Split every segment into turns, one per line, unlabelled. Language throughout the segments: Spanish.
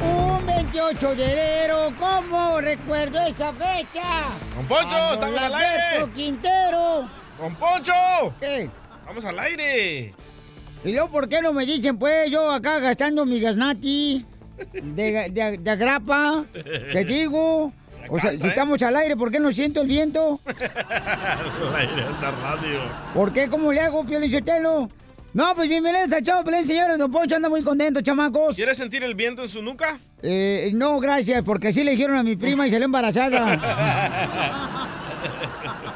Un 28 de enero, ¿cómo recuerdo esa fecha?
Don Poncho,
A don
estamos al
Lamberto
aire.
Quintero.
¡Don Poncho!
¿Qué?
¡Vamos al aire!
¿Y luego por qué no me dicen, pues, yo acá gastando mi gasnati de, de, de agrapa? Te digo. O sea, si
¿eh?
estamos al aire, ¿por qué no siento el viento?
al aire esta radio.
¿Por qué? ¿Cómo le hago, Pio Lichotelo? No, pues bienvenidos al show, Pelín, señores. Don Poncho anda muy contento, chamacos.
¿Quieres sentir el viento en su nuca?
Eh, no, gracias, porque sí le dijeron a mi prima y salió embarazada.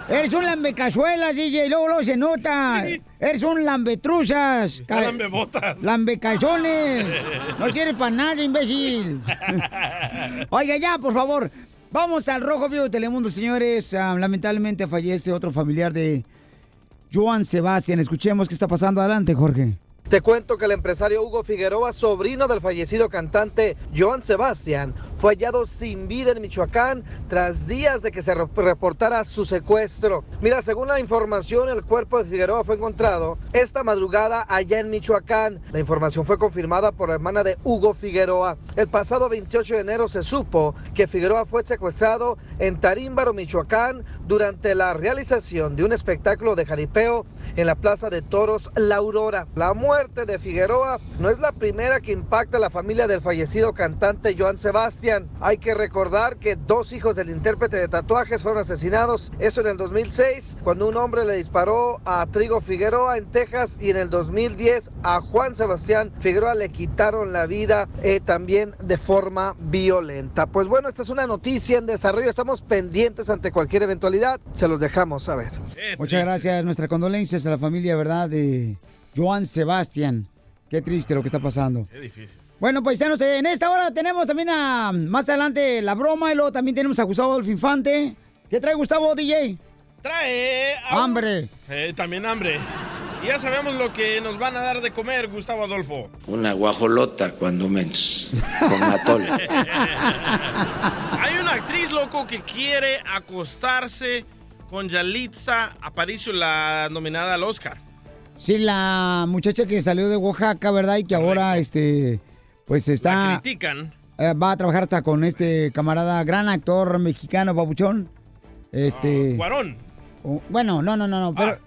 Eres un lambecazuelas, DJ, y luego, luego se nota. Eres un lambetruzas.
Está lambebotas.
Lambecazones. No sirve para nada, imbécil. Oiga, ya, por favor. Vamos al Rojo Vivo de Telemundo, señores. Ah, lamentablemente fallece otro familiar de Joan Sebastián. Escuchemos qué está pasando. Adelante, Jorge.
Te cuento que el empresario Hugo Figueroa, sobrino del fallecido cantante Joan Sebastián, fue hallado sin vida en Michoacán tras días de que se re- reportara su secuestro. Mira, según la información, el cuerpo de Figueroa fue encontrado esta madrugada allá en Michoacán. La información fue confirmada por la hermana de Hugo Figueroa. El pasado 28 de enero se supo que Figueroa fue secuestrado en Tarímbaro, Michoacán, durante la realización de un espectáculo de jaripeo en la Plaza de Toros La Aurora. La muerte de Figueroa no es la primera que impacta a la familia del fallecido cantante Joan Sebastián. Hay que recordar que dos hijos del intérprete de tatuajes fueron asesinados, eso en el 2006, cuando un hombre le disparó a Trigo Figueroa en Texas y en el 2010 a Juan Sebastián Figueroa le quitaron la vida eh, también de forma violenta. Pues bueno, esta es una noticia en desarrollo, estamos pendientes ante cualquier eventualidad, se los dejamos saber.
Muchas gracias. Nuestras condolencias a la familia, ¿verdad? De Joan Sebastián. Qué triste lo que está pasando.
Qué difícil.
Bueno, paisanos, eh, en esta hora tenemos también a, más adelante la broma y luego también tenemos a Gustavo Adolfo Infante. ¿Qué trae Gustavo, DJ?
Trae. a un-
Hambre.
Eh, también hambre. Y ya sabemos lo que nos van a dar de comer, Gustavo Adolfo.
Una guajolota cuando menos, con atole.
Hay una actriz loco que quiere acostarse con Yalitza Aparicio, la nominada al Oscar.
Sí, la muchacha que salió de Oaxaca, ¿verdad? Y que ahora, este, pues
La
está,
critican.
eh, va a trabajar hasta con este camarada, gran actor mexicano, Babuchón. Este,
Ah, Cuarón. Ah.
o- bueno, no, no, no, no, pero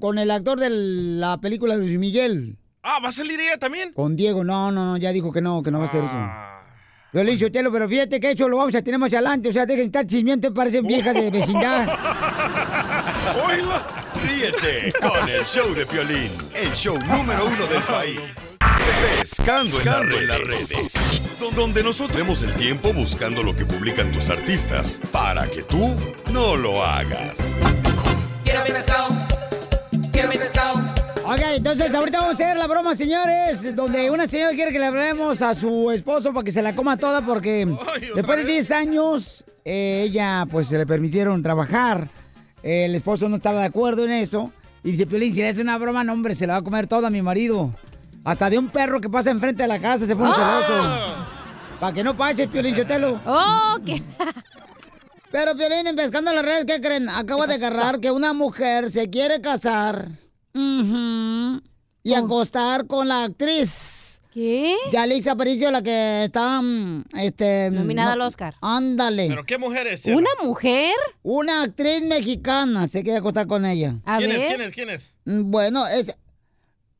con el actor de la película de Luis Miguel.
Ah, ¿va a salir ella también?
Con Diego, no, no, no, ya dijo que no, que no va a hacer eso. Yo le dije, Chotelo, pero fíjate que eso lo vamos a tener más adelante. O sea, dejen de estar chismientes, parecen viejas de vecindad.
Ríete con el show de Piolín, el show número uno del país. Pescando en las redes. Do- Donde nosotros vemos el tiempo buscando lo que publican tus artistas para que tú no lo hagas.
Quiero pescado, quiero pescado.
Oiga, entonces ahorita vamos a hacer la broma, señores, donde una señora quiere que le hablemos a su esposo para que se la coma toda porque después de 10 años eh, ella pues se le permitieron trabajar. Eh, el esposo no estaba de acuerdo en eso y dice, Piolín, si le hace una broma, no hombre, se la va a comer toda a mi marido. Hasta de un perro que pasa enfrente de la casa se pone celoso. Para que no paches, Piolín Chotelo.
¡Oh, qué!
Pero Piolín, en Pescando las Redes, ¿qué creen? Acaba de agarrar que una mujer se quiere casar ujú, y acostar con la actriz.
Oh. ¿Qué?
Yalitza Aparicio, la que está... mm, Este,
Nominada
no-
al Oscar.
Ándale.
¿Pero qué mujer es? Sierra?
¿Una mujer?
Una actriz mexicana se quiere acostar con ella.
A
¿Quién
ver.
es? ¿Quién es? ¿Quién es?
Mm, Bueno, es...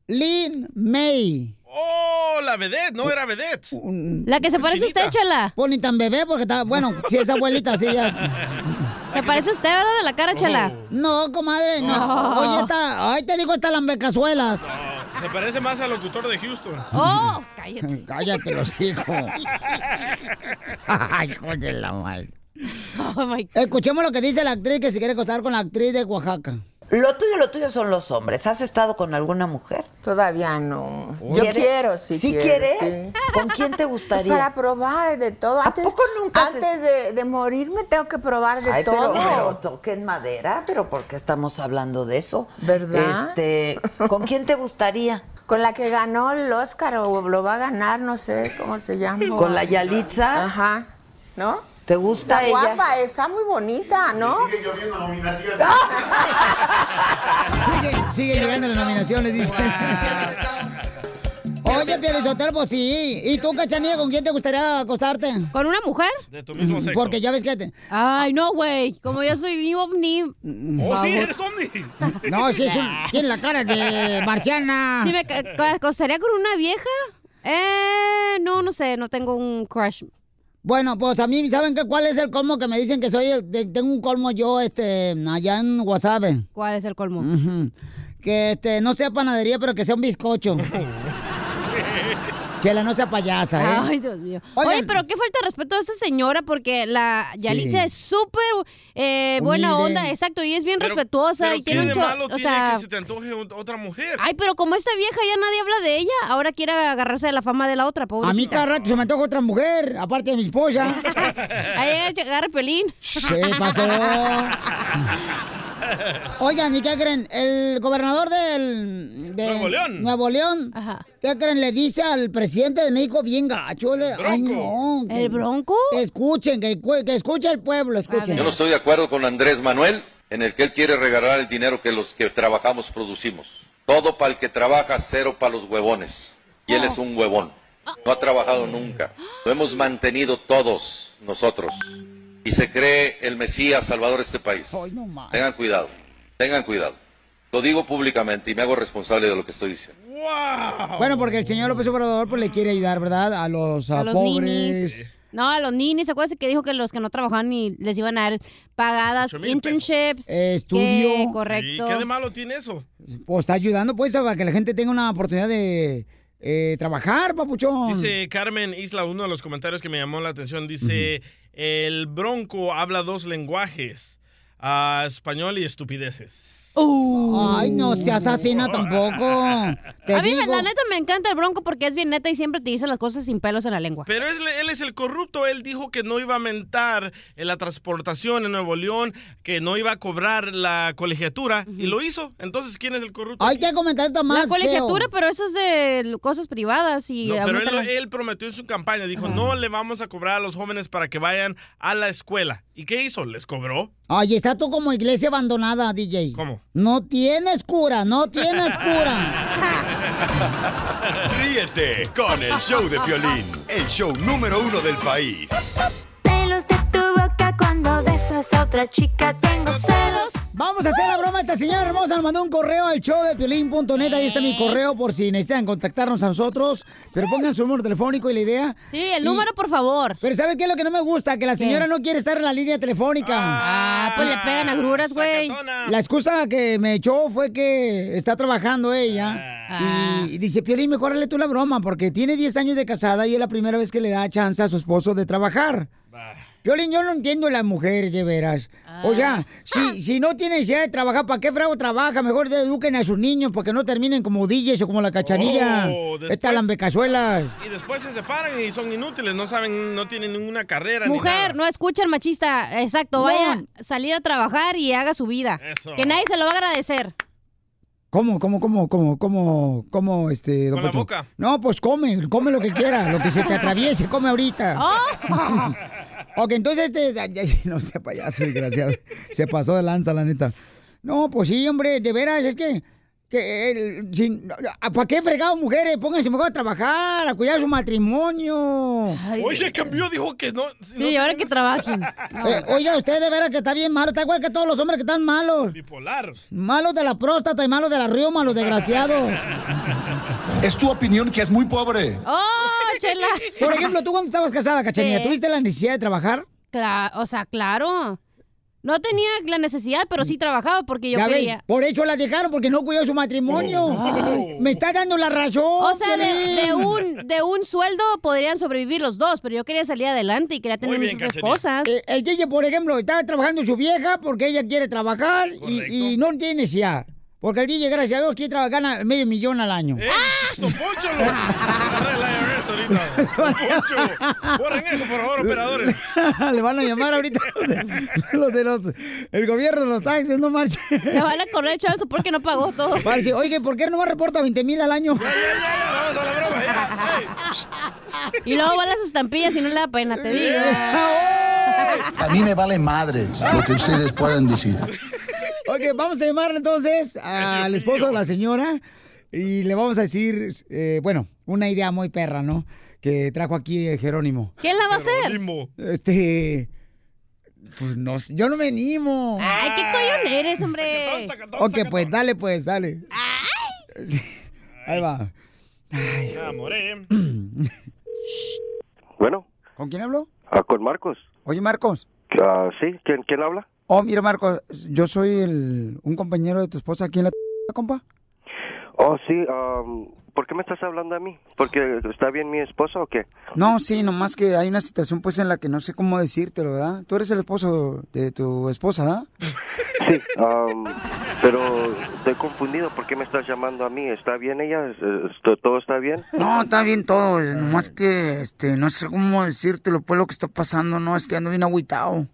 Lin May.
Oh, la vedette, no era vedette.
Mm,
La que se parece a
Chinita.
usted, chala.
Pues ni tan bebé porque está... Bueno, si es abuelita, sí, ya...
Se parece a usted, ¿verdad? De la cara, chala.
Oh,
No, comadre, no.
Oh.
Oye, está... Ay, te digo, está lambecazuelas.
oh, se parece más al locutor de Houston.
¡Oh! Cállate.
Cállate los hijos. Ay, hijo de la madre.
Oh, my God.
Escuchemos lo que dice la actriz que se quiere acostar con la actriz de Oaxaca.
Lo tuyo, lo tuyo son los hombres. ¿Has estado con alguna mujer?
Todavía no. Yo
¿Quieres?
quiero, si
¿Sí
quiero,
quieres?
sí.
¿Con quién te gustaría?
Para probar de todo. Antes, Antes de, de morirme tengo que probar de
Ay, pero,
todo.
pero toquen madera, pero ¿por qué estamos hablando de eso?
¿Verdad?
Este, ¿Con quién te gustaría?
Con la que ganó el Oscar o lo va a ganar, no sé cómo se llama.
¿Con la Yalitza?
Ajá. ¿No?
¿Te gusta
Está
ella?
guapa, está muy bonita, ¿no?
Sigue lloviendo nominaciones. sigue llegando las nominaciones, dice. Oye, Pielizotero, pues sí. ¿Y tú, Cachanilla, con quién te gustaría acostarte?
¿Con una mujer?
De tu mismo sexo.
Porque ya ves que... te-
Ay, no, güey. Como yo soy mi ovni.
Oh, sí, eres ovni.
No, sí, es un- tiene la cara de marciana.
Si me ca- ca- acostaría con una vieja. Eh, no, no sé, no tengo un crush.
Bueno, pues a mí, ¿saben qué? ¿Cuál es el colmo que me dicen que soy el... de- tengo un colmo yo, este, allá en Guasave?
¿Cuál es el colmo?
Ujú. Que, este, no sea panadería, pero que sea un bizcocho. Chela, no sea payasa, ¿eh?
Ay, Dios mío. Oye,
Oigan.
pero qué falta de respeto a esta señora porque la Yalitza
Sí.
es súper eh, buena
Humilde.
onda, exacto, y es bien respetuosa
Pero
y
¿qué
tiene un
de
cho-
malo
o
tiene
sea,
que se te antoje ot- otra mujer?
ay, pero como esta vieja ya nadie habla de ella, ahora quiere agarrarse de la fama de la otra, pobre.
A mí cada rato se me antoja otra mujer, aparte de mi esposa.
Ah, Ahí agarra pelín.
Se pasó. Oigan, ¿y qué creen? El gobernador del... de
Nuevo León.
Nuevo León. ¿Qué creen? Le dice al presidente de México bien gacho. le- ay, no. ¿El
bronco?
Escuchen, que, cu- que escuche el pueblo, escuchen.
Yo no estoy de acuerdo con Andrés Manuel en el que él quiere regalar el dinero que los que trabajamos producimos. Todo para el que trabaja, cero para los huevones. Y él es un huevón. No ha trabajado nunca. Lo hemos mantenido todos nosotros. Y se cree el Mesías salvador de este país. Tengan cuidado, tengan cuidado. Lo digo públicamente y me hago responsable de lo que estoy diciendo.
Bueno, porque el señor López Obrador pues, le quiere ayudar, ¿verdad? A los, a
A los
pobres.
ninis. No, a los ninis, ¿se acuerdan que dijo que los que no trabajaban ni les iban a dar pagadas, internships?
estudio.
que-
¿Y
correcto.
qué de malo tiene eso?
Pues está ayudando, pues, a que la gente tenga una oportunidad de eh, trabajar,
Oh.
papuchón.
Dice Carmen Isla, uno de los comentarios que me llamó la atención, dice, el bronco habla dos lenguajes, ah, español y estupideces.
Oh. Ay, no se
Oh.
asesina tampoco. Te
a mí, me-
digo.
la neta, me encanta el bronco porque es bien neta y siempre te dice las cosas sin pelos en la lengua.
Pero es- él es el corrupto, él dijo que no iba a aumentar en la transportación en Nuevo León, que no iba a cobrar la colegiatura, y lo hizo. Entonces, ¿quién es el corrupto?
Hay que comentar más.
La colegiatura, pero eso es de lo- cosas privadas y...
No, pero él,
aumentan la-
él prometió en su campaña, dijo, no le vamos a cobrar a los jóvenes para que vayan a la escuela. ¿Y qué hizo? ¿Les cobró?
Ay, está tú como iglesia abandonada, DJ.
¿Cómo?
No tienes cura, no tienes cura.
Ríete con el show de Piolín, el show número uno del país.
Celos de tu boca cuando besas a otra chica, tengo celos.
Vamos a hacer la broma. Esta señora hermosa nos mandó un correo al show de piolín.net. Ahí está mi correo por si necesitan contactarnos a nosotros. Pero pongan su número telefónico y la idea.
Sí, el número, por favor.
Pero ¿sabe qué es lo que no me gusta? Que la señora no quiere estar en la línea telefónica.
Ah, pues le pegan agruras, güey.
La excusa que me echó fue que está trabajando ella.
Ah.
Y dice, Piolín, mejor hazle tú la broma, porque tiene 10 años de casada y es la primera vez que le da chance a su esposo de trabajar. Piolín, yo no entiendo a las mujeres, de veras. O
Ah.
sea, si, si no tienen necesidad de trabajar, ¿para qué frago trabaja? Mejor eduquen a sus niños para que no terminen como DJs o como la cachanilla.
Oh, después-
Estas lambecazuelas.
Y después se separan y son inútiles, no saben, no tienen ninguna carrera. ni
Mujer, no escucha al machista. Exacto,
No.
vaya a salir a trabajar y haga su vida.
Eso.
Que nadie se lo va a agradecer.
¿Cómo, cómo, cómo, cómo, cómo, cómo, este, don
Con la
Poncho?
boca.
No, pues come, come lo que quiera, lo que se te atraviese, come ahorita. ok, entonces, este, ay, ay, no sea payaso, desgraciado. Se pasó de lanza, la neta. No, pues sí, hombre, de veras, es que, que el- sin- ¿para qué fregado mujeres? Pónganse mejor a trabajar, a cuidar su matrimonio.
nada. Hoy se cambió, dijo que no.
Sí, ahora que trabajen. Eh, oiga, usted de veras que está bien malo, está igual que todos los hombres que están malos.
Bipolar.
Malos de la próstata y malos de la rioma, los desgraciados.
Es tu opinión que es muy pobre.
¡Oh, chela!
Por ejemplo, tú cuando estabas casada, Cachanilla,
Sí.
¿tuviste la necesidad de trabajar?
Cla- o sea, claro. No tenía la necesidad, pero sí trabajaba porque yo
Ya ves,
quería.
por hecho la dejaron porque no cuidó su matrimonio. Me está dando la razón.
O sea,
Piolín.
de, de un, de un sueldo podrían sobrevivir los dos, pero yo quería salir adelante y quería tener mis propias cosas.
Eh, El, DJ, por ejemplo, está trabajando su vieja porque ella quiere trabajar y, y no tiene necesidad. Porque el DJ, gracias a Dios, quiere trabajar gana medio millón al año.
¡Pónchalo! Agarra el IRS ahorita. ¡Poncho! ¡Borren eso, por favor, operadores!
Le van a llamar ahorita los de los, de los- el gobierno, los taxes, no marchen.
Le van a correr el chalzo porque no pagó todo.
Van a decir, oye, ¿por qué no me reporta 20 mil al año?
Y luego van las estampillas y no le da pena, te digo.
A mí me vale madres lo que ustedes puedan decir.
Ok, vamos a llamar entonces al esposo de la señora y le vamos a decir, eh, bueno, una idea muy perra, ¿no? Que trajo aquí eh, Jerónimo.
¿Quién la va a hacer?
Este. Pues no sé, yo no me animo.
Ay, qué collón eres, hombre.
Ok, pues dale, pues, dale. Ahí va.
Me enamoré.
Bueno,
¿Con quién hablo?
ah, con Marcos.
Oye, Marcos.
Ah, sí, ¿quién, quién habla?
Oh, mira, Marcos, yo soy el, un compañero de tu esposa aquí en la compa.
Oh, sí, am, ¿por qué me estás hablando a mí? ¿Porque está bien mi esposa o qué?
No, sí, nomás que hay una situación pues en la que no sé cómo decírtelo, ¿verdad? Tú eres el esposo de tu esposa, ¿verdad?
Sí, am, pero estoy confundido, ¿por qué me estás llamando a mí? ¿Está bien ella? ¿Es- es- ¿Todo está bien?
No, está bien todo, nomás que este, no sé cómo decírtelo, pues lo que está pasando, no, es que ando bien agüitado.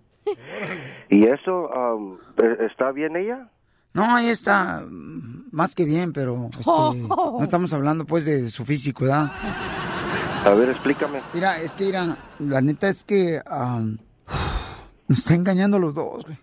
¿Y eso? am, e- ¿Está bien ella?
No, ahí está mm, más que bien, pero este, no estamos hablando pues de su físico, ¿verdad?
A ver, explícame.
Mira, es que mira, la neta es que am, nos está engañando los dos, güey.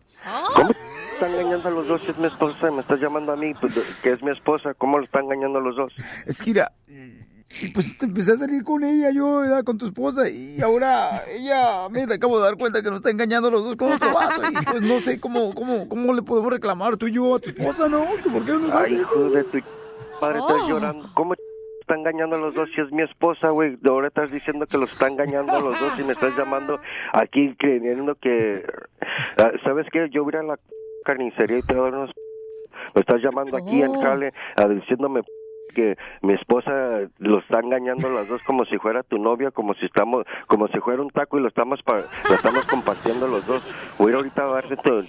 ¿Cómo está engañando a los dos? Si es mi esposa, me estás llamando a mí, pues, que es mi esposa. ¿Cómo lo está engañando a los dos?
Es que mira, Y pues te empecé a salir con ella, yo, ¿verdad? Con tu esposa, y ahora ella me acabo de dar cuenta que nos está engañando los dos con otro vato, y pues no sé cómo, cómo, cómo le podemos reclamar tú y yo a tu esposa, ¿no? ¿Que ¿Por qué no nos
Ay,
haces
hijo
eso?
de tu madre, estás
Oh.
llorando. ¿Cómo ch- está engañando a los dos si es mi esposa, güey? De Ahora estás diciendo que los está engañando a los dos y me estás llamando aquí creyendo que... Ah, ¿Sabes qué? Yo voy a ir a la carnicería y te voy a dar unos... Me estás llamando aquí en
Oh.
Cale ah, diciéndome que mi esposa lo está engañando a las dos como si fuera tu novia, como si estamos, como si fuera un taco y lo estamos, pa- lo estamos compartiendo los dos. Voy a ir ahorita a darte tu,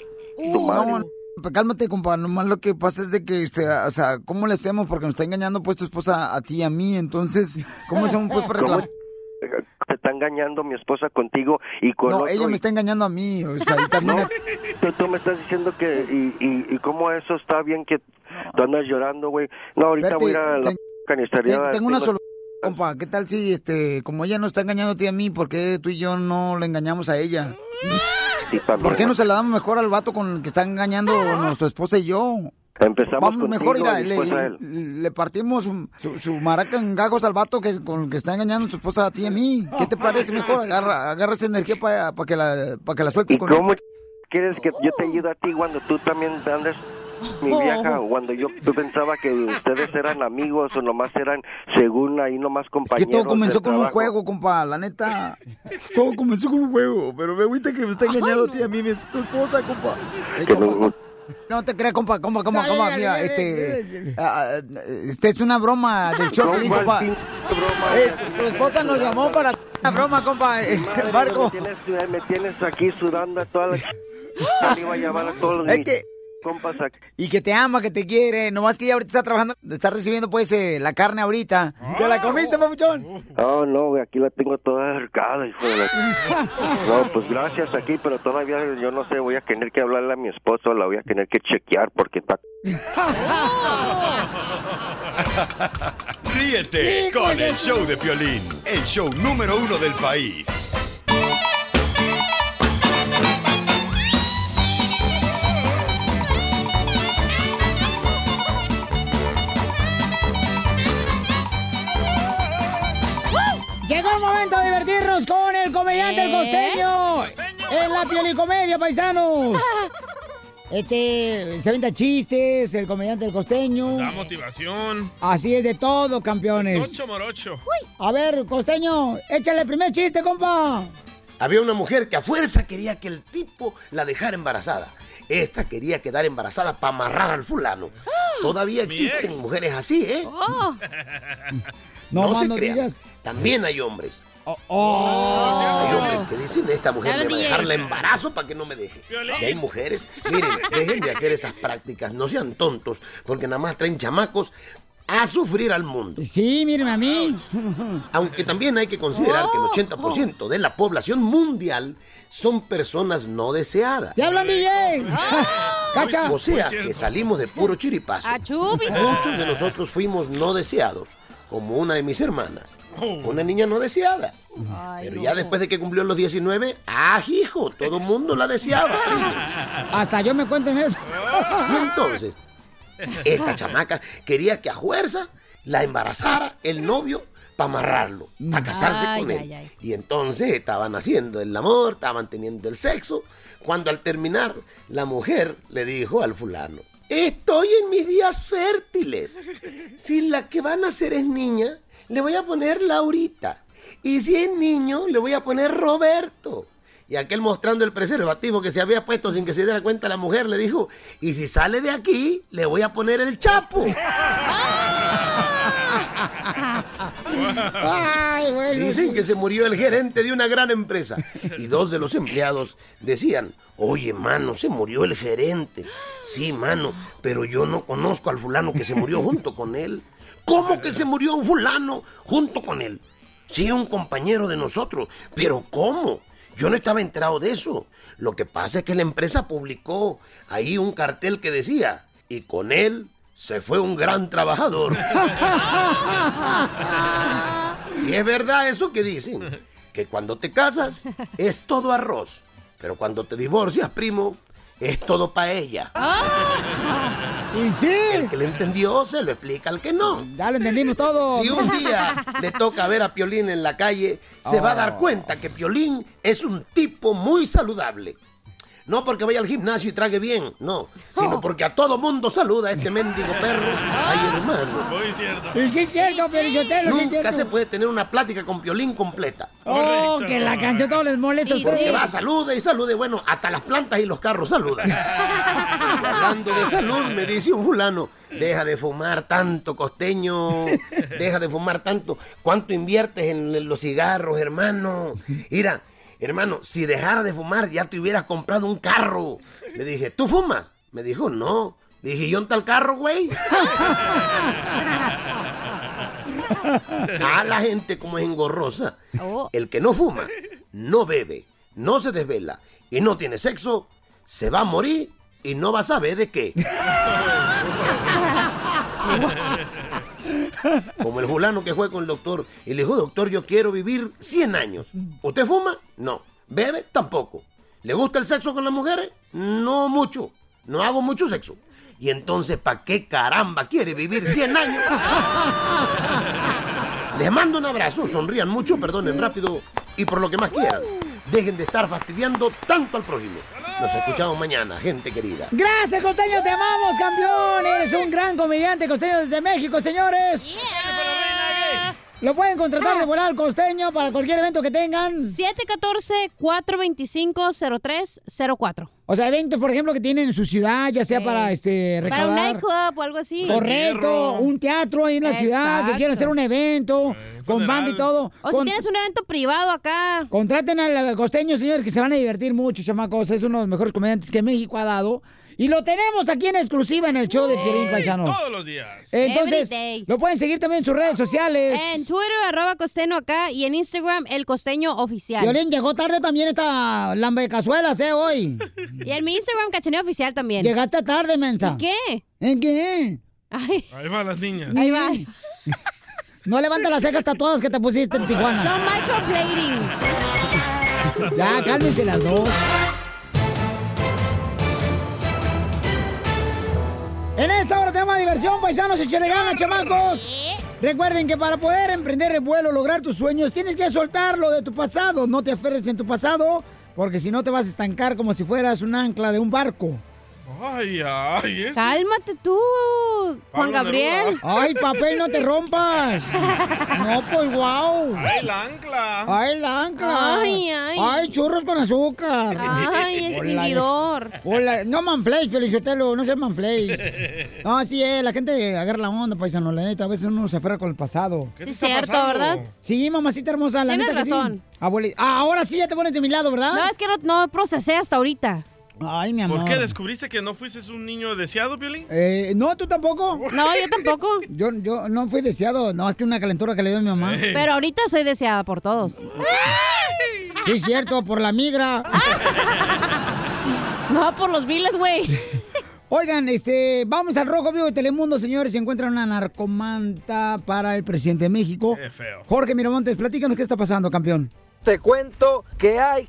tu madre.
No, no, cálmate, compa, nomás lo que pasa es de que, este, o sea, ¿cómo le hacemos? Porque nos está engañando pues tu esposa a ti y a mí, entonces, ¿cómo le hacemos pues para
¿Cómo
reclamar?
Te está engañando mi esposa contigo y con
No,
otro
ella
y-
me está engañando a mí, o sea, y también a
Tú, tú me estás diciendo que y, y, y cómo eso está bien que tú andas llorando, güey. No, ahorita
Espérate,
voy a ir a la
ten-
canistería.
Ten- tengo una solución, compa. ¿Qué tal si, este, como ella no está engañando a ti y a mí, ¿por qué tú y yo no le engañamos a ella? ¿Por qué no se la damos mejor al vato con el que está engañando a nuestra esposa y yo?
Empezamos
Vamos mejor,
contigo
mira,
y
le,
después a él.
le partimos su, su- su maraca en gagos al vato que, con el que está engañando a su esposa a ti y a mí. ¿Qué te parece mejor? Agarra, agarra esa energía para que, la, pa' que la sueltes
¿Y
con
cómo quieres que yo te ayude a ti cuando tú también andas mi
Oh.
vieja? Cuando yo pensaba que ustedes eran amigos o nomás eran según ahí nomás
Que
compañeros.
todo comenzó
de
con un
trabajo.
juego, compa, la neta. Todo comenzó con un juego, pero me agüita que me está engañando a ti y a mí, mi tu esposa, compa. Eh,
Que
compa,
no-
No te creas, compa, compa, compa,
Dale,
compa.
dale,
Mira,
dale,
este. ah, ah, Este es una broma del Choplin,
¿Cuál
compa.
pinche
Eh, tu esposa nos llamó para la broma, compa. eh,
Madre,
Marco.
Me tienes, me tienes aquí sudando a toda la... Ya le iba a llamar a todos los
Es
mis
que-
compas aquí.
Y que te ama, que te quiere. Nomás que ella ahorita está trabajando, está recibiendo pues eh, la carne ahorita. ¿Te la comiste, papuchón?
Oh, no, güey, aquí la tengo toda arcada, hijo de la... No, pues gracias aquí, pero todavía yo no sé, voy a tener que hablarle a mi esposo, la voy a tener que chequear porque está...
Oh.
Ríete con el show de Piolín, el show número uno del país.
Llegó el momento de divertirnos con el comediante El Costeño. Es la piolicomedia, paisanos. Este, se venta chistes, el comediante El Costeño.
Da motivación.
Así es de todo, campeones.
Ocho morocho.
A ver, Costeño, échale el primer chiste, compa.
Había una mujer que a fuerza quería que el tipo la dejara embarazada. Esta quería quedar embarazada para amarrar al fulano. Todavía existen mujeres así, ¿eh?
Oh.
No,
No,
más
se
no
crean.
digas.
También hay hombres.
oh.
Hay hombres que dicen, esta mujer
Dale,
me va a
DJ.
dejarla embarazo para que no me deje.
Violín.
Y hay mujeres, miren, dejen de hacer esas prácticas, no sean tontos, porque nada más traen chamacos a sufrir al mundo.
Sí, miren a mí.
Aunque también hay que considerar que el 80% de la población mundial son personas no deseadas.
¡Ya hablan, DJ! ¡Cacha!
O sea,
Muy cierto.
que salimos de puro chiripazo.
Achubi.
Muchos de nosotros fuimos no deseados, como una de mis hermanas. Una niña no deseada. Pero ya después de que cumplió los 19, ¡ah, hijo! Todo el mundo la deseaba.
Hasta yo me cuento en eso.
Y entonces,
Eh,
esta chamaca quería que a fuerza la embarazara el novio para amarrarlo, para casarse
Ay,
con él.
ay, ay.
Y entonces estaban haciendo el amor, estaban teniendo el sexo, cuando al terminar la mujer le dijo al fulano, estoy en mis días fértiles. Si la que van a hacer es niña, le voy a poner Laurita. Y si es niño, le voy a poner Roberto. Y aquel mostrando el preservativo que se había puesto sin que se diera cuenta la mujer le dijo, y si sale de aquí, le voy a poner el Chapo. Dicen que se murió el gerente de una gran empresa. Y dos de los empleados decían, oye, mano, se murió el gerente. Sí, mano, pero yo no conozco al fulano que se murió junto con él. ¿Cómo que se murió un fulano junto con él? Sí, un compañero de nosotros. Pero ¿cómo? Yo no estaba enterado de eso. Lo que pasa es que la empresa publicó ahí un cartel que decía, y con él se fue un gran trabajador. Y es verdad eso que dicen, que cuando te casas es todo arroz, pero cuando te divorcias, primo, es todo paella.
Ah.
Y sí.
El que le entendió se lo explica al que no.
Ya lo entendimos todo.
Si un día le toca ver a Piolín en la calle, se va a
Oh.
dar cuenta que Piolín es un tipo muy saludable. No porque vaya al gimnasio y trague bien, no,
Oh.
sino porque a todo mundo saluda a este mendigo perro. Ay, hermano.
Muy cierto.
Y sí es cierto, pero yo te lo
Nunca se puede tener una plática con Piolín completa.
Oh, que la canción todo les molesta a
Porque
ustedes.
va, salude y salude. Bueno, hasta las plantas y los carros saludan. Y hablando de salud, me dice un fulano, deja de fumar tanto, costeño. Deja de fumar tanto. ¿Cuánto inviertes en los cigarros, hermano? Mira, hermano, si dejara de fumar ya te hubieras comprado un carro. Le dije, ¿tú fumas? Me dijo, no. Le dije, ¿yo en tal carro, güey? A la gente como es engorrosa.
Oh.
El que no fuma, no bebe, no se desvela y no tiene sexo, se va a morir y no va a saber de qué. Como el fulano que fue con el doctor y le dijo, doctor, yo quiero vivir 100 años. ¿Usted fuma? No. ¿Bebe? Tampoco. ¿Le gusta el sexo con las mujeres? No mucho. No hago mucho sexo. Y entonces, ¿para qué caramba quiere vivir 100 años? Les mando un abrazo, sonrían mucho, perdonen rápido y por lo que más quieran. Dejen de estar fastidiando tanto al prójimo. Nos escuchamos mañana, gente querida.
Gracias, Costeño, te amamos, campeón. Eres un gran comediante, Costeño, desde México, señores. Lo pueden contratar
Ah.
de volar al costeño para cualquier evento que tengan.
714-425-0304.
O sea, eventos, por ejemplo, que tienen en su ciudad, ya sea para este
Para un
recaudar.
nightclub o algo así.
Correcto, un teatro ahí en la ciudad, que
Exacto.
quieran hacer un evento con banda y todo.
O si tienes un evento
privado acá. Contraten al al costeño, señores, que se van a divertir mucho, chamacos. Es uno de los mejores comediantes que México ha dado. Y lo tenemos aquí en exclusiva en el show de Piolín Paisanos.
Todos los días.
Entonces,
Every day.
lo pueden seguir también en sus redes sociales.
En Twitter, arroba costeño acá y en Instagram, el costeño oficial.
Violín llegó tarde también esta lamba de cazuelas, ¿eh? Hoy.
Y en mi Instagram, cachaneo oficial también.
Llegaste tarde, mensa.
¿Qué?
¿En qué?
Ay.
Ahí van las niñas.
Ahí va. No levanta las cejas tatuadas que te pusiste en Tijuana.
Son microblading.
Ya, cálmense las dos. En esta hora tenemos diversión, paisanos y ganas, chamacos. Recuerden que para poder emprender el vuelo, lograr tus sueños, tienes que soltar lo de tu pasado. No te aferres en tu pasado, porque si no te vas a estancar como si fueras un ancla de un barco.
Ay, ay, este.
Cálmate tú, Juan
Pablo
Gabriel.
Neruda. Ay, papel, no te
rompas. No, pues wow.
Ay, la ancla.
Ay, la ancla.
Ay, ay.
Ay, churros con azúcar.
Ay, escribidor.
Hola. Hola. No manflays, Felicitelo, no seas manflays. No, así es, la gente agarra la onda, paisano, la neta. A veces uno se aferra con el pasado.
Sí, es cierto, ¿verdad?
Sí, mamacita hermosa, la
Tienes
neta que sí.
razón.
Abueli- ah, ahora sí ya te pones de mi lado, ¿verdad?
No, es que no, no procesé hasta ahorita.
Ay, mi amor.
¿Por qué descubriste que no fuiste un niño deseado, Piolín?
Eh, no, tú tampoco.
No, yo tampoco.
Yo, yo no fui deseado, no, es que una calentura que le dio a mi mamá.
Eh. Pero ahorita soy deseada por todos.
Sí, es cierto, por la migra.
No, por los viles, güey.
Oigan, este, vamos al Rojo Vivo de Telemundo, señores. Se encuentra una narcomanta para el presidente de México.
Qué feo.
Jorge Miramontes, platícanos qué está pasando, campeón.
Te cuento que hay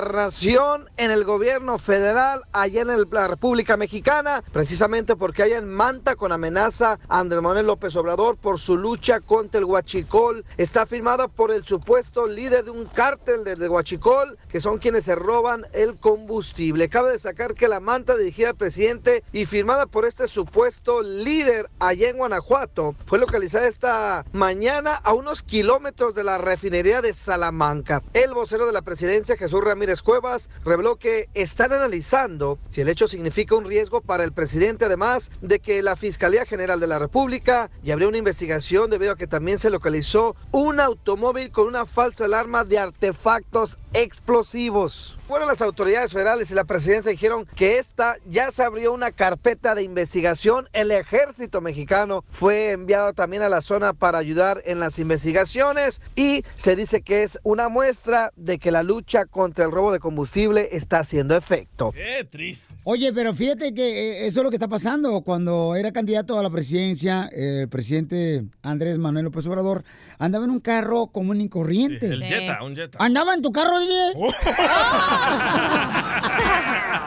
consternación en el gobierno federal allá en el- la República Mexicana, precisamente porque hay en manta con amenaza a Andrés Manuel López Obrador por su lucha contra el huachicol. Está firmada por el supuesto líder de un cártel del de huachicol, que son quienes se roban el combustible. Cabe destacar que la manta dirigida al presidente y firmada por este supuesto líder allá en Guanajuato fue localizada esta mañana a unos kilómetros de la refinería de Salamanca. El vocero de la presidencia, Jesús Ramírez Cuevas, reveló que están analizando si el hecho significa un riesgo para el presidente, además de que la Fiscalía General de la República ya abrió una investigación debido a que también se localizó un automóvil con una falsa alarma de artefactos explosivos. Bueno, las autoridades federales y la presidencia dijeron que esta ya se abrió una carpeta de investigación. El ejército mexicano fue enviado también a la zona para ayudar en las investigaciones y se dice que es una muestra de que la lucha contra el robo de combustible está haciendo efecto.
Qué triste.
Oye, pero fíjate que eh, eso es lo que está pasando. Cuando era candidato a la presidencia, eh, el presidente Andrés Manuel López Obrador andaba en un carro común y corriente.
El Jetta, un Jetta. Oh.
¿Andaba en tu carro, DJ?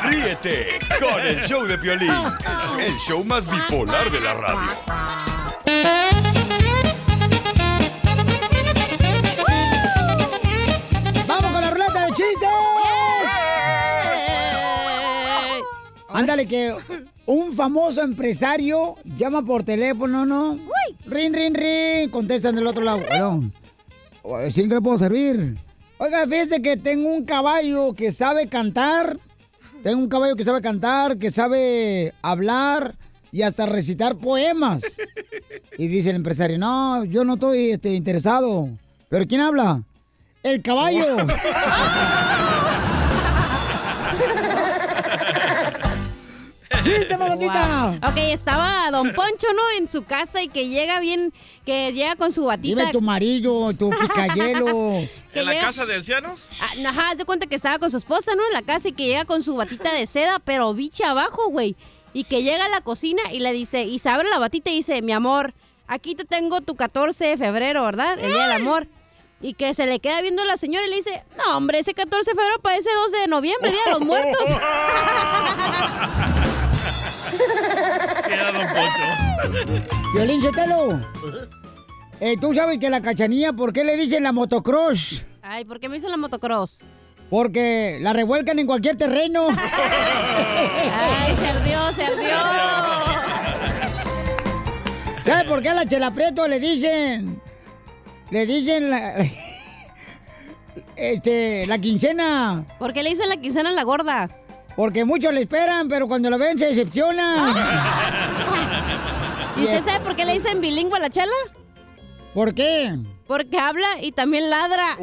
Ríete con el show de Piolín, el show más bipolar de la radio.
¡Vamos con la ruleta de chistes! Ándale, que un famoso empresario llama por teléfono, ¿no? Rin, rin, rin. Contestan del otro lado. Bueno, ¿sin qué le puedo servir? Oiga, fíjese que tengo un caballo que sabe cantar. Tengo un caballo que sabe cantar, que sabe hablar y hasta recitar poemas. Y dice el empresario, no, yo no estoy este, interesado. ¿Pero quién habla? El caballo. ¡Chiste, mamacita!
Ok, estaba Don Poncho, ¿no? En su casa y que llega bien, que llega con su batita.
Dime tu amarillo, tu picayelo.
Que
¿En la
llega-
casa de ancianos?
Ah, Ajá, haz de cuenta que estaba con su esposa, ¿no? En la casa y que llega con su batita de seda, pero bicha abajo, güey. Y que llega a la cocina y le dice, y se abre la batita y dice, mi amor, aquí te tengo tu 14 de febrero, ¿verdad? El día del amor. Y que se le queda viendo la señora y le dice, no, hombre, ese 14 de febrero para ese 2 de noviembre, Día de los Muertos.
Era Don Poncho.
Violín Chotelo. eh, Tú sabes que la cachanilla, ¿por qué le dicen la motocross?
Ay, ¿por qué me hizo la motocross?
Porque la revuelcan en cualquier terreno. Eh,
Ay, se ardió, se ardió.
¿Sabes por qué a la Chela Prieto le dicen? Le dicen la. Este, la quincena.
¿Por qué le dicen la quincena a la gorda?
Porque muchos le esperan, pero cuando la ven se decepciona.
¿Y usted sabe por qué le dicen bilingüe a la chela?
¿Por qué?
Porque habla y también ladra.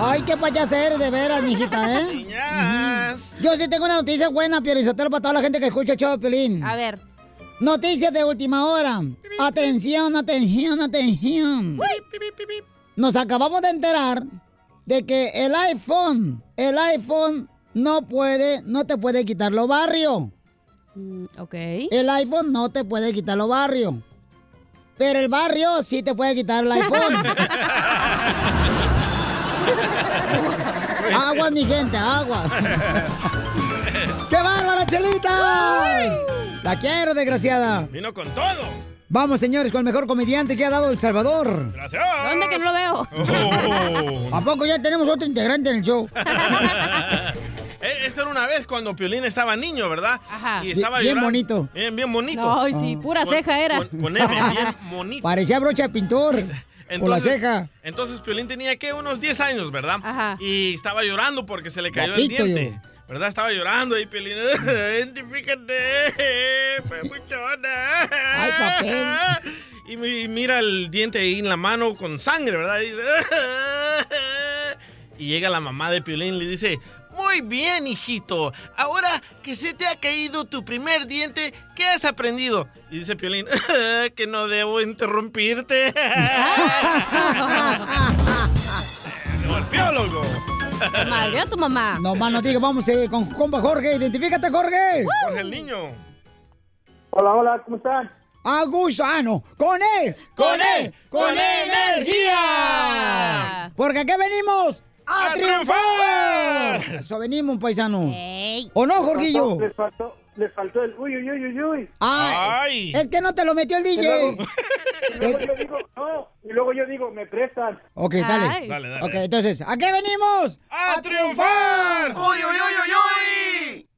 Ay, qué payasa eres de veras, mijita, ¿eh? Ujú. Yo sí tengo una noticia buena, Piorizotero, para toda la gente que escucha el show de Piolín.
A ver.
Noticias de última hora. Atención, atención, atención. Nos acabamos de enterar de que el iPhone, el iPhone no puede, no te puede quitar lo barrio.
Oh. ok.
El iPhone no te puede quitar lo barrio. Pero el barrio sí te puede quitar el iPhone. agua, mi gente, agua. ¡Qué bárbara, Chelita! La quiero, desgraciada.
Vino con todo.
Vamos, señores, con el mejor comediante que ha dado El Salvador.
Gracias.
¿Dónde que no lo veo?
Oh.
¿A poco ya tenemos otro integrante en el show?
Eh, Esta era una vez cuando Piolín estaba niño, ¿verdad? Ajá. Y
Bien-
estaba
bien
llorando.
bonito. Ah.
Bien, bien bonito.
Ay, sí, pura
Con-
ceja era.
Con, con M, bien bonito.
Parecía brocha de pintor. Con la
Entonces-
ceja.
Entonces Piolín tenía que unos 10 años, ¿verdad? Y estaba llorando porque se le cayó
Guapito,
el diente. ¿Verdad? Estaba llorando ahí, Piolín. Identifícate, papuchona.
Ay, papel.
Y mi- mira el diente ahí en la mano con sangre, ¿verdad? Y, dice, y llega la mamá de Piolín y le dice, muy bien, hijito. Ahora que se te ha caído tu primer diente, ¿qué has aprendido? Y dice Piolín, que no debo interrumpirte. Me golpeó, loco.
Madre tu mamá.
No más no diga, vamos eh, con compa Jorge. Identifícate, Jorge.
Jorge el niño.
Hola, hola, ¿cómo están? A gusto, ah, no. Con él, con él, con energía. Porque aquí venimos a,
¡A
triunfar.
triunfar!
Eso venimos, paisanos.
Eh.
¿O no, Jorgillo?
Les faltó, les faltó el uy, uy, uy, uy, uy.
Ah, Es que no te lo metió el
Y luego-
DJ.
Y luego yo digo, no, y luego yo digo, me prestan.
Ok, dale. Ok, entonces, ¿a qué venimos?
¡A,
triunfar!
¡Uy, uy, uy, uy, uy!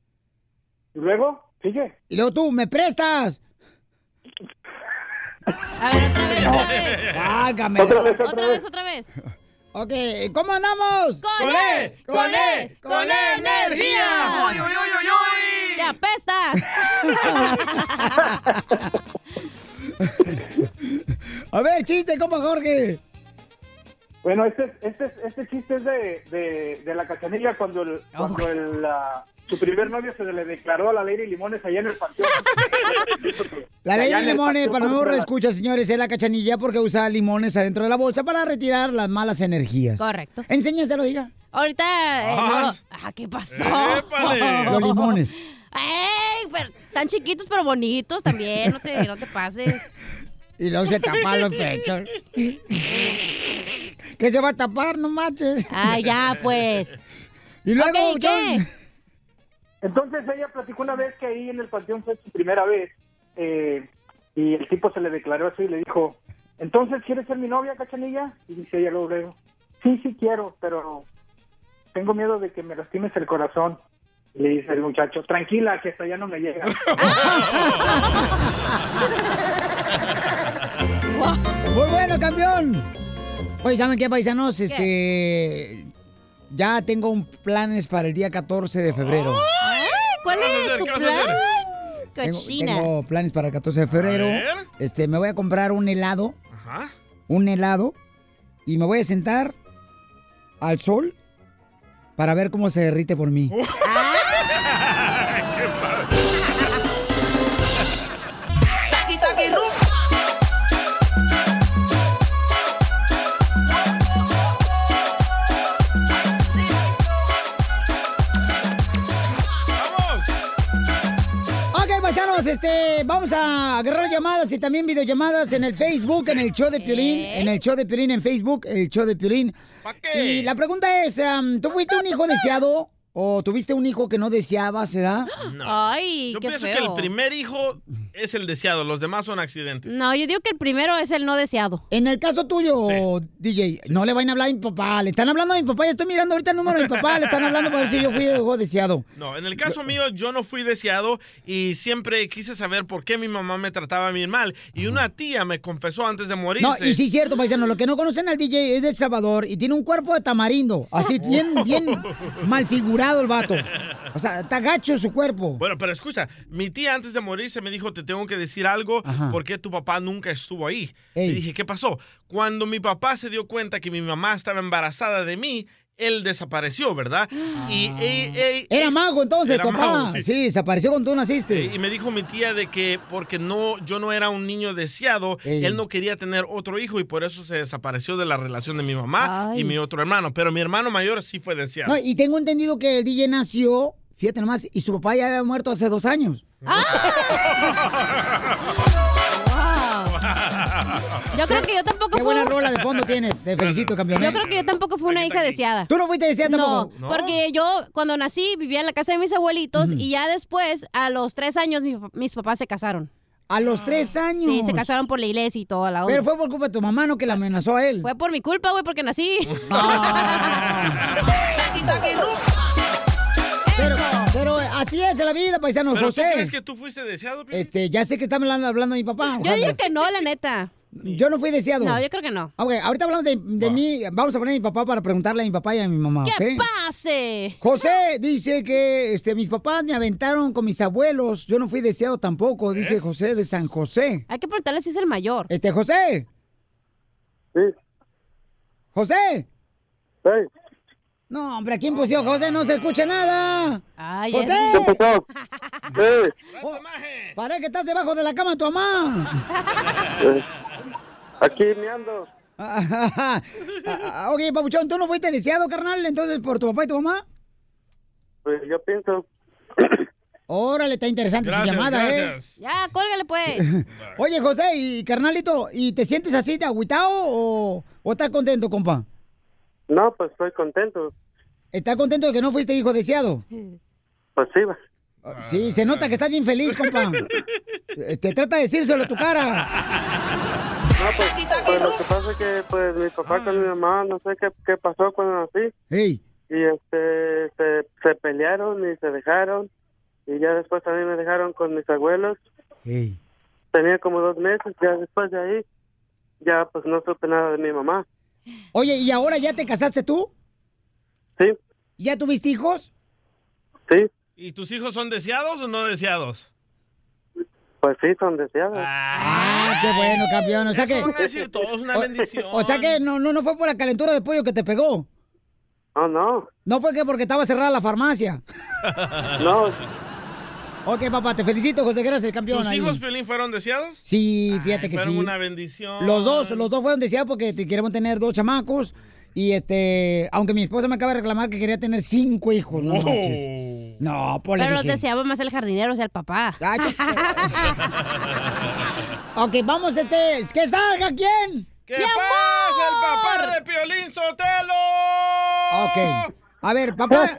¿Y luego? ¿Sigue?
Y luego tú, ¿me prestas? Válgame.
Otra vez,
Otra vez, otra vez.
Ok, ¿cómo andamos?
¡Con
E, con E, con E energía.
¡Uy, uy, uy, uy, uy! ¡Ya pesa!
A ver, chiste, compa Jorge.
Bueno, este, este, este chiste es de, de, de la cachanilla cuando, el,
Oh.
cuando el, ah, su primer novio se le declaró a la Lady Limones allá en el panteón.
La ley
Allá
de
en el
limones,
Panteón
para no
Cultural.
escucha, señores, es la cachanilla porque usa limones adentro de la bolsa para retirar las malas energías.
Correcto.
Enséñaselo, diga.
Ahorita. eh,
Ah.
no- ah, ¿qué pasó?
¡Épale! Los limones.
¡Ey! Pero, tan chiquitos pero bonitos también. No te, no te pases.
Y luego se tapa los pechos. ¿Qué se va a tapar? No mates.
Ah, ya, pues.
Y luego,
Ok,
John,
Entonces ella platicó una vez que ahí en el panteón fue su primera vez eh, y el tipo se le declaró así y le dijo, entonces ¿quieres ser mi novia, cachanilla? Y dice ella luego, luego, sí, sí quiero, pero tengo miedo de que me lastimes el corazón. Le dice el muchacho, tranquila, que hasta allá no me llega.
Muy bueno, campeón. Oye, ¿saben qué, paisanos? Este. Ya tengo un planes para el día 14 de febrero.
Ay, ¿Cuál
¿Qué vas a
es
hacer?
su
¿Qué vas a hacer?
plan?
Tengo,
Cochina.
tengo planes para el 14 de febrero.
ver.
Este, me voy a comprar un helado.
Ajá.
Un helado. Y me voy a sentar al sol para ver cómo se derrite por mí.
Taqui, taqui, rum.
Ok, paisanos, este, vamos a agarrar llamadas y también videollamadas en el Facebook, en el show de Piolín, en el show de Piolín, en Facebook, el show de Piolín. Y la pregunta es, am, ¿tú fuiste un hijo deseado o tuviste un hijo que no deseabas, edad?
No.
Ay,
Yo
Ah, qué
pienso
feo.
que el primer hijo es el deseado, los demás son accidentes.
No, yo digo que el primero es el no deseado.
En el caso tuyo, DJ, no le vayan a hablar a mi papá, le están hablando a mi papá, ya estoy mirando ahorita el número de mi papá, le están hablando para ver si yo fui hijo deseado.
No, en el caso mío yo no fui deseado y siempre quise saber por qué mi mamá me trataba bien mal y una tía me confesó antes de morirse.
No, y sí es cierto, paisano, lo que no conocen al DJ es de El Salvador y tiene un cuerpo de tamarindo, así bien, bien mal figurado el vato. O sea, está gacho su cuerpo.
Bueno, pero escucha, mi tía antes de morirse me dijo, te tengo que decir algo porque tu papá nunca estuvo ahí.
Ey.
Y dije, ¿qué pasó? Cuando mi papá se dio cuenta que mi mamá estaba embarazada de mí, él desapareció, ¿verdad?
Ah.
Y, ey, ey,
Era mago entonces,
Era
tu papá.
mago, sí.
sí. desapareció cuando tú naciste.
y me dijo mi tía de que porque no yo no era un niño deseado,
Ey.
él no quería tener otro hijo y por eso se desapareció de la relación de mi mamá
Ay.
y mi otro hermano, pero mi hermano mayor sí fue deseado.
No, y tengo entendido que el DJ nació, fíjate nomás, y su papá ya había muerto hace dos años.
Yo creo que yo tampoco
Qué
fui-
buena rola de fondo tienes. Te felicito, campeón.
Yo creo que yo tampoco fui una hija deseada.
¿Tú no fuiste deseada
No,
tampoco? ¿No?
porque yo cuando nací vivía en la casa de mis abuelitos
Ujú.
y ya después, a los tres años, mi pap- mis papás se casaron.
¿A los tres años?
Sí, se casaron por la iglesia y toda la onda.
Pero fue por culpa de tu mamá, ¿no? Que la amenazó a él.
Fue por mi culpa, güey, porque nací.
Pero, Pero eh, así es la vida, paisano.
¿Pero
José.
tú crees que tú fuiste deseado? Piolín?
Este, ya sé que está hablando, hablando de mi papá.
Yo digo que no, la neta.
Yo no fui deseado.
No, yo creo que no.
Ok, ahorita hablamos de, de mí. Vamos a poner a mi papá para preguntarle a mi papá y a mi mamá.
¡Que
¿ok?
pase!
José dice que este, mis papás me aventaron con mis abuelos. Yo no fui deseado tampoco, dice José de San José.
Hay que preguntarle si es el mayor.
Este, José. Sí. José. Sí. No, hombre, aquí en pusió José no se escucha nada.
Ay,
José.
es- ¿Qué pasó?
Eh,
Oh, parece que estás debajo de la cama de tu mamá.
eh, Aquí me ando.
Ah, ah, ok, Papuchón, ¿tú no fuiste deseado, carnal, entonces, por tu papá y tu mamá?
Pues yo pienso.
Órale, está interesante
Gracias,
su llamada,
gracias.
¿eh?
Ya, cólgale pues.
Oye, José, y carnalito, ¿y te sientes así de agüitado o, o estás contento, compa?
No, pues estoy contento.
¿Estás contento de que no fuiste hijo deseado?
Pues sí, va.
Ah.
Sí, se nota que estás bien feliz, compa. Este, trata de decírselo a tu cara.
No, pues, pues lo que pasa es que pues mi papá con mi mamá, no sé qué, qué pasó cuando nací.
Ey.
Y este, se, se pelearon y se dejaron. Y ya después también me dejaron con mis abuelos.
Ey.
Tenía como dos meses, ya después de ahí, ya pues no supe nada de mi mamá.
Oye, ¿y ahora ya te casaste tú?
Sí.
¿Ya tuviste hijos?
¿Y tus hijos son deseados o no deseados?
Pues sí, son deseados.
Ah, qué bueno, campeón. O sea
Eso
que.
van a decir todos, una
o-
bendición.
O, sea que no, no, no fue por la calentura de pollo que te pegó.
No, no.
No fue que porque estaba cerrada la farmacia.
No.
Ok, papá, te felicito, José. Gracias, campeón.
¿Tus
ahí.
hijos, Piolín, fueron deseados?
Sí, fíjate que
fueron
sí.
una bendición.
Los dos, los dos fueron deseados porque te- queremos tener dos chamacos. Y este, aunque mi esposa me acaba de reclamar que quería tener cinco hijos, no
Oh.
manches. No, por
Pero los deseaba más el jardinero, o sea, el papá.
Ah, eh, Ok, vamos, este, que salga quién.
¡Que pase el papá de Piolín Sotelo!
Ok. A ver, papá,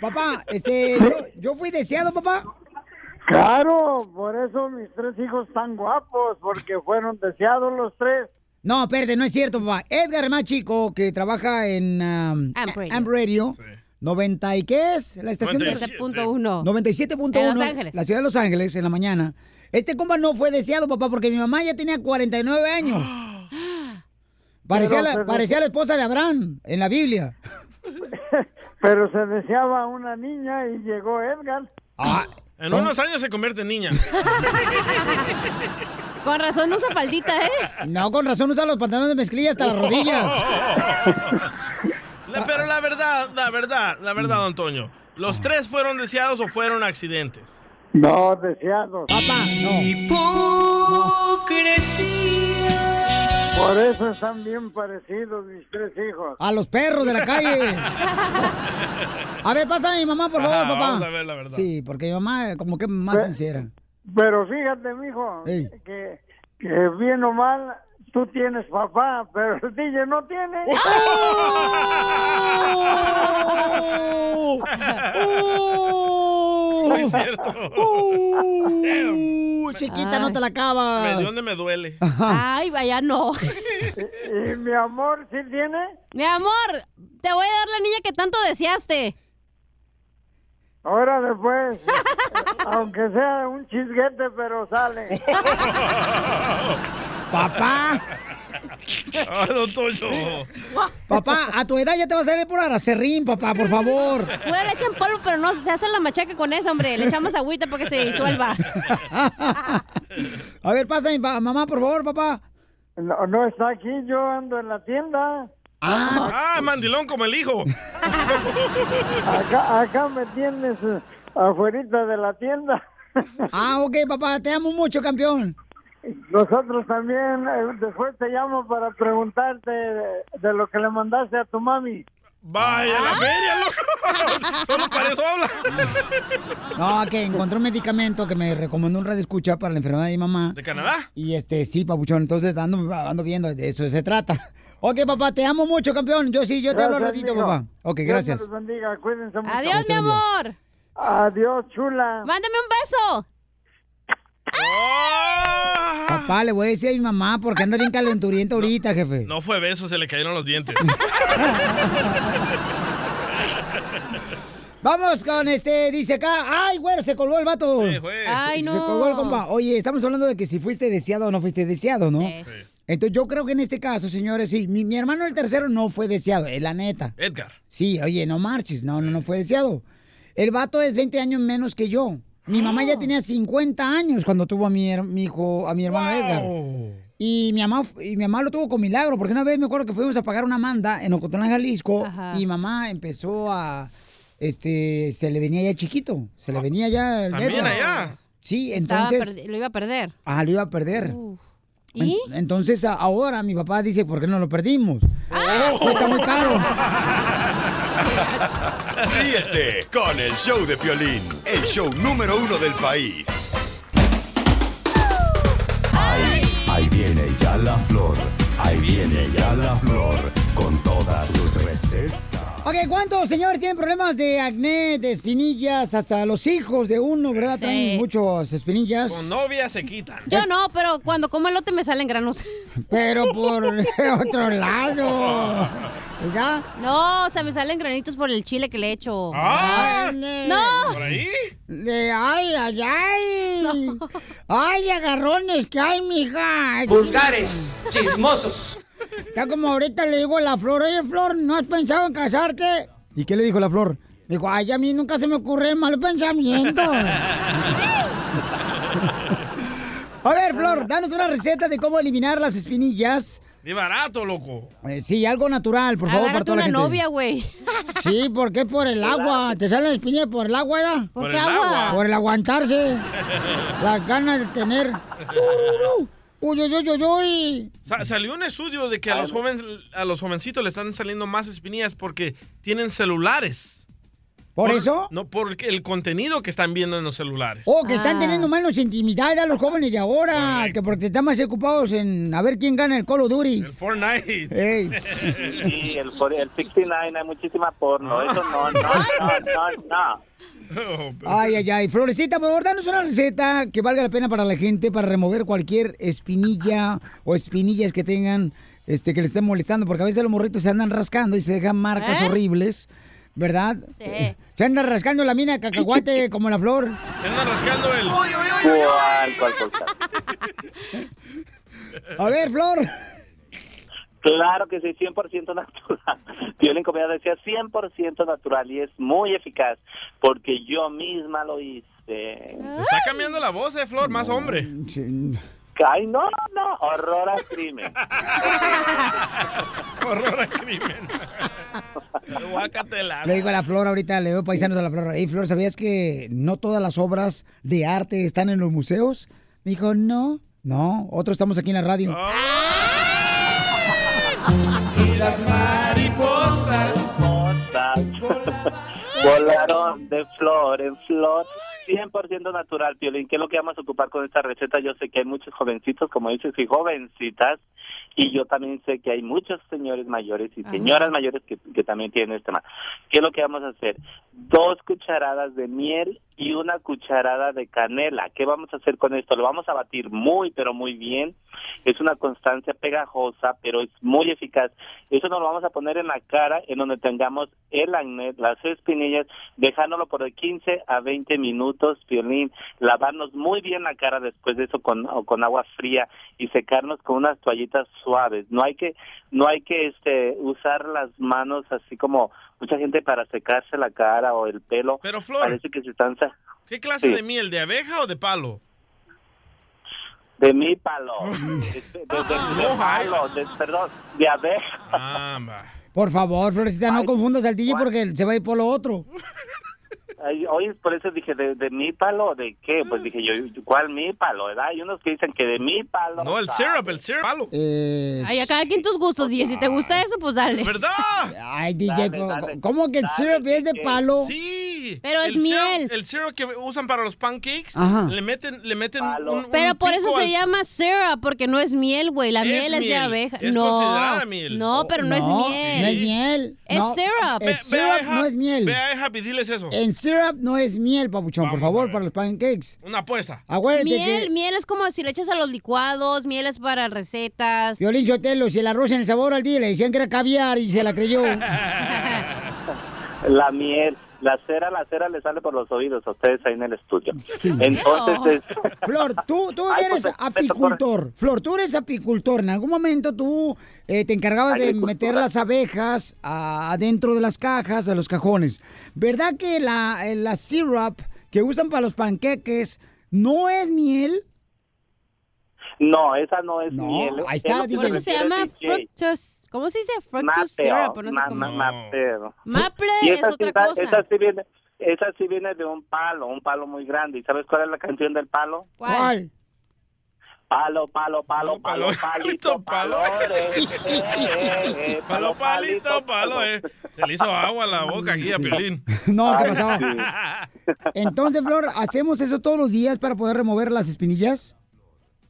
papá, este, yo, yo fui deseado, papá.
Claro, por eso mis tres hijos tan guapos, Pues, porque fueron deseados los tres.
No, espérate, no es cierto, papá. Edgar, el más chico, que trabaja en um,
Amp Radio.
Amp Radio, 90 y qué es la estación
Este
de-
97.1.
97.1.
En Los Ángeles.
La ciudad de Los Ángeles, en la mañana. Este compa no fue deseado, papá, porque mi mamá ya tenía 49 años. Parecía,
Pero,
la,
pero-
parecía la esposa de Abraham en la Biblia.
Pero se deseaba una niña y llegó Edgar.
Ah.
En unos años se convierte en niña.
Con razón usa faldita, ¿eh? No, con razón usa los pantalones de mezclilla hasta las rodillas.
La- pero la verdad, la verdad, la verdad, don Antonio. ¿Los tres fueron deseados o fueron accidentes?
No, deseados.
Papá,
no. Por eso están bien parecidos mis tres hijos.
A los perros de la calle. A ver, pasa a mi mamá, por favor,
Ajá,
papá.
vamos a ver la verdad.
Sí, porque mi mamá, como que más
Pe-
sincera.
Pero fíjate, mijo,
Ey.
que, que bien o mal, tú tienes papá, pero el DJ no tiene.
¡Oh! No
es cierto.
Uh, chiquita, no te la
Me dio
acabas.
donde me duele.
Ay, vaya, no.
¿Y mi amor sí tiene?
Mi amor, te voy a dar la niña que tanto deseaste.
Ahora después, pues. aunque sea un chisguete, pero sale.
Papá,
Ah, don Toño.
papá, a tu edad ya te va a salir por aracerrín, papá, por favor.
Pura leche en polvo, pero no, se hace la machaca con esa, hombre. Le echamos agüita para que se disuelva.
A ver, pasa mi pa- mamá, por favor, papá.
No, no está aquí, yo ando en la tienda.
Ah, mandilón como el hijo.
Acá, acá me tienes eh, afuerita de la tienda.
Ah, ok, papá, te amo mucho, campeón.
Nosotros también, eh, después te llamo para preguntarte de, de lo que le mandaste a tu mami.
Vaya,
Ah.
la feria, loco. Solo para eso habla.
No, que encontré un medicamento que me recomendó un radio escucha para la enfermedad de mi mamá.
¿De Canadá?
Y este, sí, papuchón, entonces ando, ando viendo, de eso se trata. Ok, papá, te amo mucho, campeón. Yo sí, yo te hablo al ratito, papá. Ok, gracias.
Dios me los bendiga, cuídense mucho.
Adiós, mi amor.
Adiós, chula.
Mándame un beso.
Papá, le voy a decir a mi mamá porque anda bien calenturienta ahorita, jefe.
No fue beso, se le cayeron los dientes.
Vamos con este, dice acá. ¡Ay, güero! Se colgó el vato.
Ay,
Se
no.
colgó el compa. Oye, estamos hablando de que si fuiste deseado o no fuiste deseado, ¿no?
Sí. Sí.
Entonces yo creo que en este caso, señores, sí, mi, mi hermano el tercero no fue deseado, es la neta.
Edgar.
Sí, oye, no marches, no, no, no fue deseado. El vato es 20 años menos que yo.
Ah.
Mi mamá ya tenía 50 años cuando tuvo a mi, her- mi hijo, a mi hermano Edgar. Y mi mamá, y mi mamá lo tuvo con milagro, porque una vez me acuerdo que fuimos a pagar una manda en Ocotlán, Jalisco,
Ajá.
y mamá empezó a este se le venía ya chiquito, se le venía ya el
Ah, ¿también
dedo.
allá?
Sí,
Estaba
entonces
perdi- Uh. Lo iba a perder.
Ah, lo iba a perder.
Uf.
En-
¿Y?
Entonces a- ahora mi papá dice, ¿por qué no lo perdimos?
¡Ah!
Cuesta Pues muy caro.
Ríete con el show de Piolín, el show número uno del país.
Ahí viene ya la flor, ahí viene ya la flor, con todas sus recetas.
Ok, ¿cuántos señores tienen problemas de acné, de espinillas, hasta los hijos de uno, verdad? Traen muchas espinillas.
Con novia se quitan.
Yo no, pero cuando como elote me salen granos.
Pero por otro lado. ¿Ya?
No, o sea, me salen granitos por el chile que le echo.
Ah.
¡No!
¿Por ahí? De- ay, ay, ay. Ay, agarrones que hay, mija.
Vulgares, chismosos.
Está como ahorita le digo a la flor, oye, flor, ¿no has pensado en casarte? ¿Y qué le dijo la flor? Dijo, ay, a mí nunca se me ocurre el mal pensamiento. A ver, Flor, danos una receta de cómo eliminar las espinillas.
De barato, loco.
Eh, sí, algo natural, por favor, para
Agárrate
toda la
una
gente.
novia, güey.
Sí, porque es por el agua. Te salen espinillas por el agua, ¿verdad?
¿Por Por qué el agua? agua.
Por el aguantarse. Las ganas de tener. Uy, uy, uy, uy, uy.
Sa- salió un estudio de que a los, jóvenes, a los jovencitos le están saliendo más espinillas porque tienen celulares.
¿Por eso?
No, por el contenido que están viendo en los celulares.
O Oh, que
Ah.
están teniendo menos intimidad a los jóvenes de ahora, que porque están más ocupados en a ver quién gana el Colo Duri.
Fortnite.
Ey.
Sí, el, por- el 69, hay muchísima
Ah.
porno. Eso no, no, no, no, no.
Ay, ay, ay. Florecita, por favor, danos una receta que valga la pena para la gente para remover cualquier espinilla o espinillas que tengan, este, que le estén molestando, porque a veces los morritos se andan rascando y se dejan marcas
¿Eh?
horribles, ¿verdad?
Sí.
Se andan rascando la mina de cacahuate como la flor.
Se andan rascando el...
¿Cuál, cuál, cuál, cuál?
A ver, Flor.
Claro que sí, 100% natural. Violín Comida decía 100% natural y es muy eficaz porque yo misma lo hice.
Se está cambiando la voz, eh, Flor, más hombre.
Ay, no, no, horror al crimen.
Horror al crimen. Guácatela.
Le digo a la flor ahorita, le veo paisanos a la flor. Ey, Flor, ¿sabías que no todas las obras de arte están en los museos? Me dijo, no, no, otros estamos aquí en la radio.
Oh. Y las mariposas.
Volaron de flor en flor. 100% natural, Piolín. ¿Qué es lo que vamos a ocupar con esta receta? Yo sé que hay muchos jovencitos, como dices, y jovencitas. Y yo también sé que hay muchos señores mayores y
Ajá.
señoras mayores que, que también tienen este mal. ¿Qué es lo que vamos a hacer? Dos cucharadas de miel y una cucharada de canela. ¿Qué vamos a hacer con esto? Lo vamos a batir muy, pero muy bien. Es una constancia pegajosa, pero es muy eficaz. Eso nos lo vamos a poner en la cara, en donde tengamos el acné, las espinillas, dejándolo por de 15 a 20 minutos, violín, lavarnos muy bien la cara después de eso con, o con agua fría y secarnos con unas toallitas suaves. No hay que, no hay que este, usar las manos así como mucha gente para secarse la cara o el pelo.
Pero, Flor.
Parece que se están... sa-
¿Qué clase
Sí.
de miel? ¿De abeja o de palo?
De mi palo. Este, De, de- de-
Ah,
de
¿eh?
palo, de- perdón, de abeja.
Ah,
Por favor, Florecita, no confundas al DJ porque se va a ir por lo otro.
Ay, Oye, por eso dije, ¿de, de mi palo o de qué? Pues dije yo, ¿cuál mi palo, verdad? Hay unos que dicen que de mi palo.
No, el syrup, el syrup. Palo.
Eh,
Ay, a cada quien tus gustos. Y si te gusta eso, pues dale.
¿Verdad?
Ay, DJ, ¿cómo- ¿cómo que el syrup es
Eh,
de palo?
Sí.
Pero es
El syrup-
miel.
el syrup que usan para los pancakes.
Ajá.
Le meten, le meten un, un
Pero por eso
pico
se
al-
llama syrup, porque no es miel, güey. La
Es
miel es de
miel.
abeja.
Es
no.
considerada miel.
No, pero no,
No,
es miel.
no es miel.
Es
No,
syrup.
es Ve- ve syrup, abeja- no es miel.
Ve a Happy, diles eso.
En syrup no es miel, papuchón, por favor, para los pancakes.
Una apuesta.
Acuérdate
Miel,
que...
miel es como si le echas a los licuados, miel es para recetas.
Violín Chotelo, si el arroz en el sabor al día le decían que era caviar y se la creyó.
La miel. La cera, la cera le sale por los oídos a ustedes ahí en el estudio. Entonces, es-
Flor, tú, tú eres apicultor. Flor, tú eres apicultor. En algún momento tú eh, te encargabas de meter las abejas a- adentro de las cajas, de los cajones. ¿Verdad que la, eh, la syrup que usan para los panqueques no es miel?
no, esa no es
No,
miel.
ahí está,
Es lo que
Por eso se
refiere
llama
DJ.
fructose. ¿Cómo se dice? Fructose
Mapeo,
syrup. o No sé
ma-
cómo.
ma- mapeo.
Maple
oh, Y
es
esa sí
otra
está-
cosa.
Esa sí, viene, esa sí viene de un palo, un palo muy grande. ¿Y sabes cuál es la canción del palo?
¿Cuál?
Palo, palo, palo, palo, palito, palo. eh, eh, eh,
Palo, palito, palo, eh. Se le hizo agua a la boca aquí a Piolín.
No, ¿qué
Ay,
pasó? Entonces, Flor, ¿hacemos eso todos los días para poder remover las espinillas?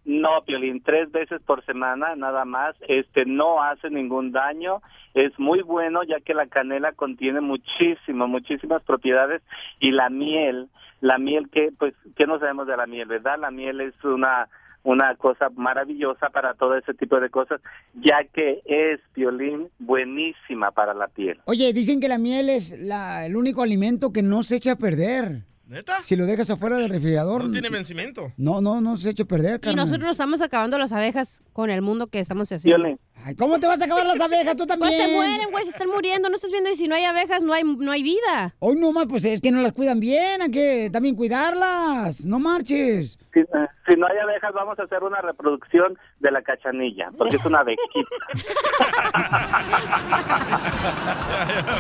No, Piolín, tres veces por semana, nada más. Este no hace ningún daño. Es muy bueno ya que la canela contiene muchísimas, muchísimas propiedades y la miel, la miel que, pues, ¿qué no sabemos de la miel, verdad? La miel es una una cosa maravillosa para todo ese tipo de cosas, ya que es, Piolín, buenísima para la piel.
Oye, dicen que la miel es la- el único alimento que no se echa a perder.
¿Neta?
Si lo dejas afuera del refrigerador.
No tiene vencimiento.
No, no, no se echa a perder,
Y
carnal.
nosotros nos estamos acabando las abejas con el mundo que estamos haciendo.
Violín. Ay, ¿Cómo te vas a acabar las abejas? Tú también.
Pues se mueren, güey, se están muriendo. No estás viendo y si no hay abejas, no hay, no hay vida.
Hoy no más, pues es que no las cuidan bien, hay que también cuidarlas. No marches.
Si, si no hay abejas, vamos a hacer una reproducción de la cachanilla, porque es una abejita.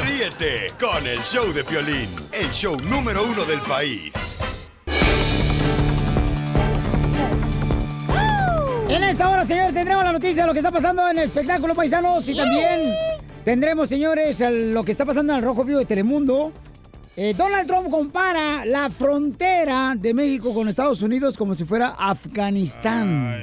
Ríete con el show de Piolín, el show número uno del país.
En esta hora, señores, tendremos la noticia de lo que está pasando en el espectáculo paisanos y también tendremos, señores, el- lo que está pasando en el Rojo Vivo de Telemundo. Eh, Donald Trump compara la frontera de México con Estados Unidos como si fuera Afganistán.
Ah,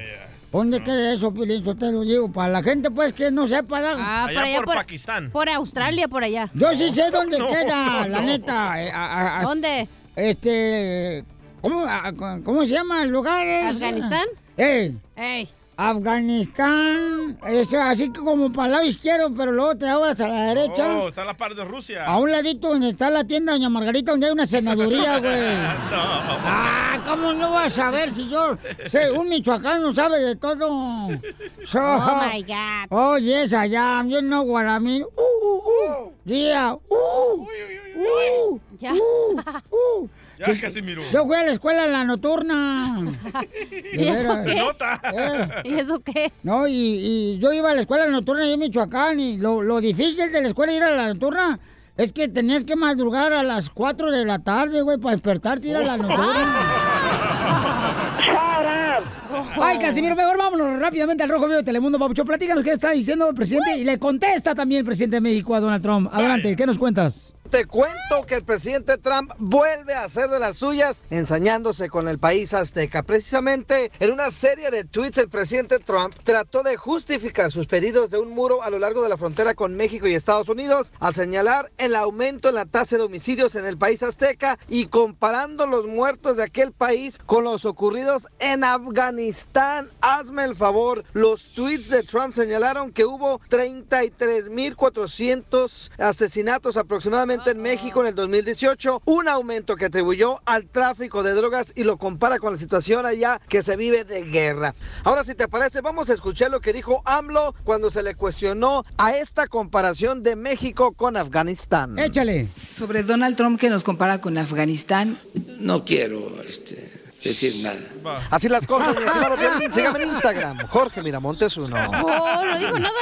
¿Dónde queda eso, Pilín? Yo te lo digo, para la gente pues que no sepa. ¿da?
Ah, por allá por, Pakistán. Por Australia, por allá.
Yo sí sé dónde
No,
queda,
no,
la
no.
neta. eh, a- a- a-
¿Dónde?
Este. ¿Cómo, a- a- cómo se llama el lugar? Es-
¿Afganistán?
Eh.
Ey.
Afganistán, es así que como para el lado izquierdo, pero luego te abras a la derecha.
Oh, está a la par de Rusia.
A un ladito donde está la tienda Doña Margarita, donde hay una senaduría, güey. Ah, ¿cómo no vas a ver si yo sé, un michoacano sabe de todo? So-
Oh, my God.
Oh, yes, I am. You know what I mean. Uh,
Oh.
uh, uh. Yeah. Uh, uh,
Ya.
uh, uh.
Ya casi miró.
Yo fui a la escuela en la nocturna.
¿Y eso qué?
Se nota. Eh,
¿Y eso qué?
No, y, y yo iba a la escuela nocturna ahí en Michoacán y lo, lo difícil de la escuela ir a la nocturna es que tenías que madrugar a las 4 de la tarde, güey, para despertarte y ir a
Oh.
Oh.
la
Ah.
nocturna. Ay, Casimiro, mejor vámonos rápidamente al Rojo Vivo de Telemundo, Papucho. Platícanos qué está diciendo el presidente y le contesta también el presidente de México a Donald Trump. Adelante, ¿qué nos cuentas?
Te cuento que el presidente Trump vuelve a hacer de las suyas ensañándose con el país azteca. Precisamente en una serie de tweets el presidente Trump trató de justificar sus pedidos de un muro a lo largo de la frontera con México y Estados Unidos al señalar el aumento en la tasa de homicidios en el país azteca y comparando los muertos de aquel país con los ocurridos en Afganistán. Hazme el favor, los tweets de Trump señalaron que hubo 33.400 asesinatos aproximadamente en México en el 2018, un aumento que atribuyó al tráfico de drogas y lo compara con la situación allá que se vive de guerra. Ahora, si te parece, vamos a escuchar lo que dijo AMLO cuando se le cuestionó a esta comparación de México con Afganistán.
Échale.
Sobre Donald Trump que nos compara con Afganistán.
No quiero este, decir nada.
Así las cosas, mi estimado Piolín. Sígame en Instagram, Jorge Miramontes uno.
Oh,
No, no dijo nada.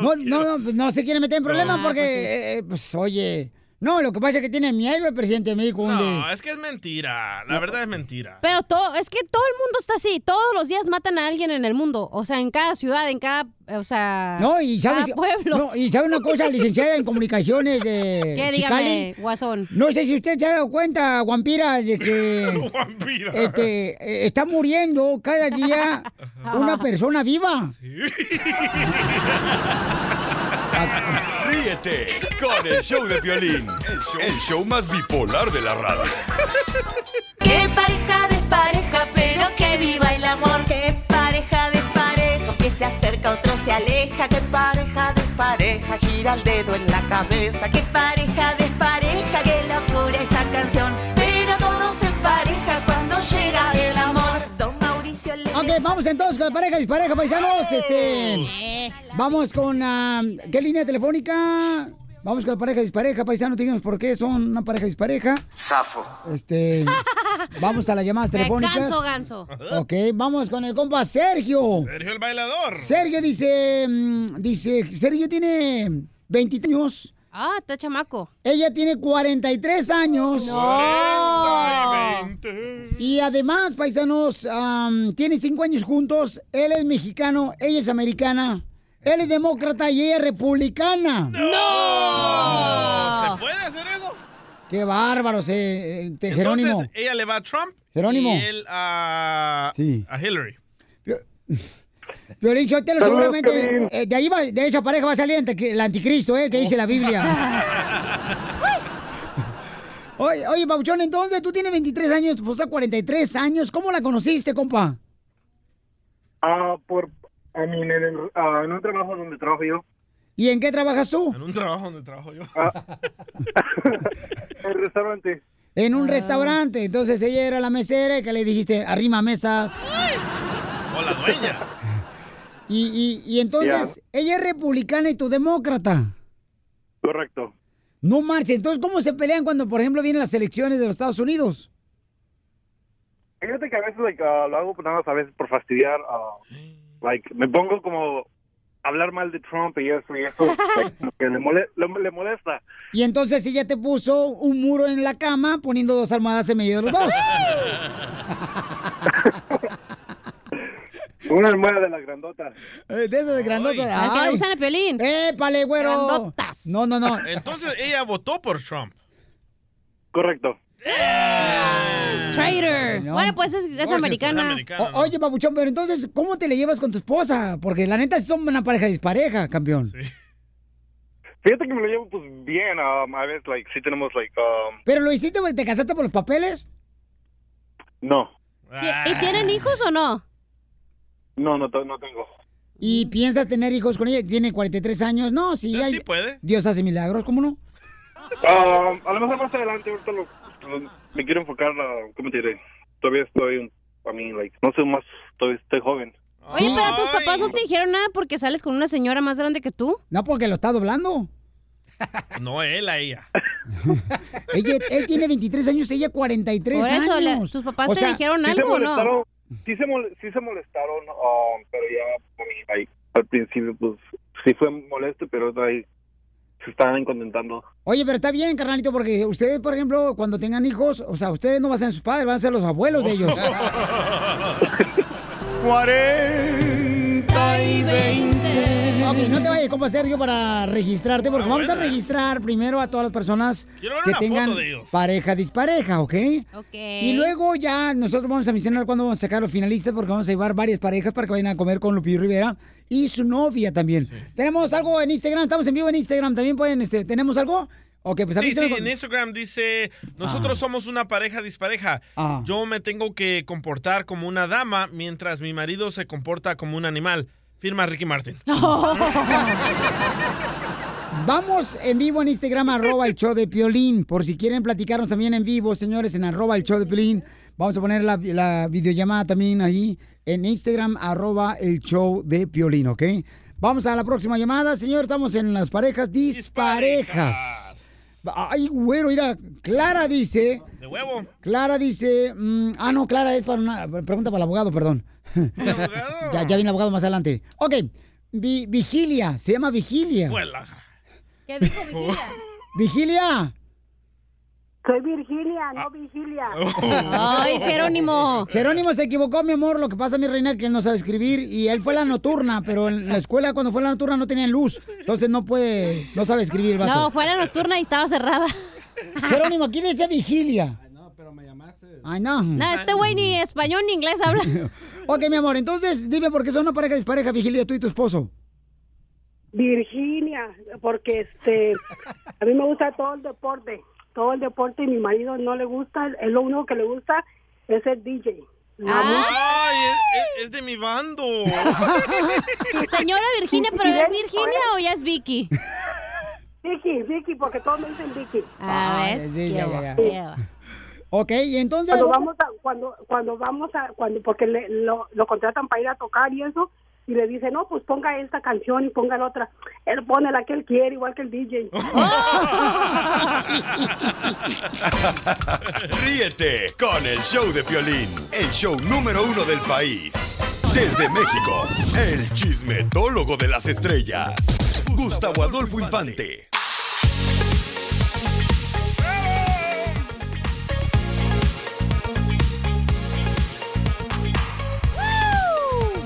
No, no, no, pues no se quiere meter en problemas
Ah,
porque,
pues sí.
eh, eh, pues, oye. No, lo que pasa es que tiene miedo el presidente de México. donde-
No, eh. es que es mentira. La verdad es mentira.
Pero todo, es que todo el mundo está así. Todos los días matan a alguien en el mundo. O sea, en cada ciudad, en cada, o sea,
No, y sabes.
cada Ah, pueblo.
no, y sabe una cosa, licenciada en comunicaciones de
¿Qué?
Eh, Chicali.
Dígame, guasón.
No sé si usted se ha dado cuenta, Guampira, de que este, eh, está muriendo cada día una persona viva.
Ríete con el show de Piolín, el show, el show más bipolar de la radio.
Qué pareja despareja, pero que viva el amor. Qué pareja despareja, que se acerca, otro se aleja. Qué pareja despareja, gira el dedo en la cabeza. Qué pareja despareja, qué locura
vamos entonces con la pareja dispareja, paisanos. Este, vamos con ah, ¿qué línea telefónica? Vamos con la pareja dispareja, paisano, díganos por qué son una pareja dispareja.
Zafo.
Este, vamos a las llamadas telefónicas.
Ganso, ganso.
Ok, vamos con el compa Sergio.
Sergio el bailador.
Sergio dice, mm, dice, Sergio tiene 23 años.
Ah, está chamaco.
Ella tiene 43 años. Y además, paisanos, am, tienen 5 años juntos. Él es mexicano, ella es americana. Él es demócrata y ella es republicana.
¡No! ¿Se puede hacer eso?
¡Qué bárbaros, eh, eh, te- Jerónimo!
Entonces, ella le va a Trump
Jerónimo.
y él a,
Sí.
a Hillary.
Violín Sotelo,
Saludos,
seguramente
Piolín.
eh, de ahí va- de esa pareja va a salir ante- el anticristo, eh, que dice la Biblia. Oye, oye, Pauchón, entonces tú tienes 23 años, tu esposa 43 años. ¿Cómo la conociste, compa?
Ah, por, a mí, en, el- ah, en un trabajo donde trabajo yo.
¿Y en qué trabajas tú?
En un trabajo donde trabajo yo.
Ah. El restaurante.
En un restaurante. Entonces ella era la mesera y que le dijiste, arrima mesas.
O la dueña.
Y, y- y entonces, ella es republicana y tú demócrata.
Correcto.
No marche. Entonces, ¿cómo se pelean cuando, por ejemplo, vienen las elecciones de los Estados Unidos?
Fíjate que a veces like, ah, lo hago nada más a veces por fastidiar. ah, like, me pongo como a hablar mal de Trump y eso y eso. like, como que le, mole- le- le molesta.
Y entonces ella te puso un muro en la cama poniendo dos almohadas en medio de los dos.
Una almohada de la grandota.
Eh, De esas de grandotas.
Al que le usan
el pelín. ¡Épale, güero!
Grandotas.
No, no, no.
Entonces ella votó por Trump.
Correcto.
Traitor. Bueno, pues es, es
No, sí,
americana.
O- oye, papuchón, pero entonces, ¿cómo te le llevas con tu esposa? Porque la neta sí son una pareja dispareja, campeón.
Fíjate que me lo llevo pues bien. um, a veces like, sí tenemos like, um,
Pero lo hiciste, güey, ¿te casaste por los papeles?
no.
¿Y tienen hijos o no?
No, no, te- no tengo.
¿Y piensas tener hijos con ella? Tiene 43 años. No, Pues sí. hay-
puede.
Dios hace milagros, ¿cómo no?
Um, a lo mejor más adelante, ahorita lo- lo- me quiero enfocar, a, ¿cómo te diré? Todavía estoy, un- a mí, like, no sé más, todavía estoy joven.
Oye, pero tus papás no te dijeron nada porque sales con una señora más grande que tú.
No, porque lo está doblando.
No él a ella.
Ella, él tiene 23 años, ella 43
Por eso,
años.
le- tus papás te dijeron
sí se
algo o no?
molestaron, Sí se, mol- sí se molestaron, um, pero ya, a mí, like, al principio, pues, sí fue molesto, pero ahorita ahí se estaban contentando.
Oye, pero está bien, carnalito, porque ustedes, por ejemplo, cuando tengan hijos, o sea, ustedes no van a ser sus padres, van a ser los abuelos de ellos.
40 y 20.
Ok, no te vayas, compa Sergio, para registrarte, porque vamos a registrar primero a todas las personas
Quiero ver
que
una foto
tengan
de ellos.
pareja dispareja, ¿ok?
Ok.
Y luego ya nosotros vamos a mencionar cuándo vamos a sacar los finalistas, porque vamos a llevar varias parejas para que vayan a comer con Lupillo Rivera y su novia también. Tenemos algo en Instagram, estamos en vivo en Instagram, también pueden, este, ¿tenemos algo? Ok, pues
Sí,
avísenme
sí,
con-
en Instagram dice, nosotros somos una pareja dispareja.
Ah.
Yo me tengo que comportar como una dama mientras mi marido se comporta como un animal. Firma Ricky Martin.
Vamos en vivo en Instagram, arroba el show de Piolín. Por si quieren platicarnos también en vivo, señores, en arroba el show de Piolín. Vamos a poner la, la videollamada también ahí en Instagram, arroba el show de Piolín, ¿ok? Vamos a la próxima llamada, señor. Estamos en las parejas disparejas. Ay, güero, mira, Clara dice...
De huevo.
Clara dice... mm, ah, no, Clara es para una... Pregunta para el abogado, perdón. ya, ya viene el abogado más adelante. Ok, Vi- Vigilia, se llama Vigilia.
¿Qué dijo Vigilia?
Vigilia.
Soy Virgilia,
Ah.
no Vigilia.
Oh.
Ay, Jerónimo.
Jerónimo se equivocó, mi amor. Lo que pasa, mi reina, que él no sabe escribir y él fue la noturna, pero en la escuela cuando fue la noturna no tenía luz. Entonces no puede, no sabe escribir, el
No,
vato.
fue a la nocturna y estaba cerrada.
Jerónimo, aquí dice vigilia. Ay, no, pero me
No,
llamaste. Ay,
este güey ni español ni inglés habla.
Ok, mi amor, entonces dime por qué son una pareja dispareja, vigilia, tú y tu esposo.
Virginia, porque este, a mí me gusta todo el deporte, todo el deporte y mi marido no le gusta, es lo único que le gusta es el DJ.
Ah.
La
¡Ay! Es, es- es de mi bando.
Señora Virginia, ¿pero es Virginia o ya es Vicky?
Vicky, Vicky, porque todos me dicen Vicky.
Ah,
Ay,
ves,
sí,
qué
ya, ya,
va,
ya.
qué va.
Ok, y entonces...
Cuando vamos a, cuando, cuando vamos a, cuando, porque le- lo, lo contratan para ir a tocar y eso, y le dicen, no, pues ponga esta canción y ponga la otra. Él pone la que él quiere, igual que el DJ.
Ríete con el show de Piolín, el show número uno del país. Desde México, el chismetólogo de las estrellas, Gustavo Adolfo Infante.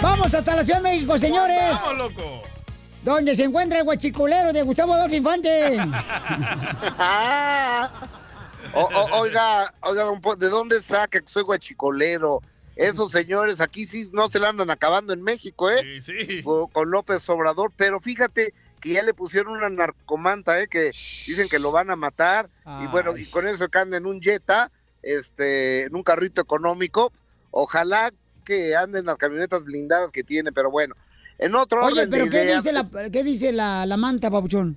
Vamos hasta la Ciudad de México, señores.
¡Vamos, loco!
Donde se encuentra el guachicolero de Gustavo Adolfo Infante.
O- o- oiga, oiga, don Po- ¿de dónde saca que soy guachicolero? Esos señores aquí sí no se la andan acabando en México, ¿eh? Con, con López Obrador, pero fíjate que ya le pusieron una narcomanta, ¿eh? Que dicen que lo van a matar y bueno, y con eso que anda en un Jetta, este, en un carrito económico, ojalá que anden las camionetas blindadas que tiene, pero bueno. En otro
Oye,
orden de
pero ¿qué
ideas,
dice la, qué dice la, la manta, papuchón?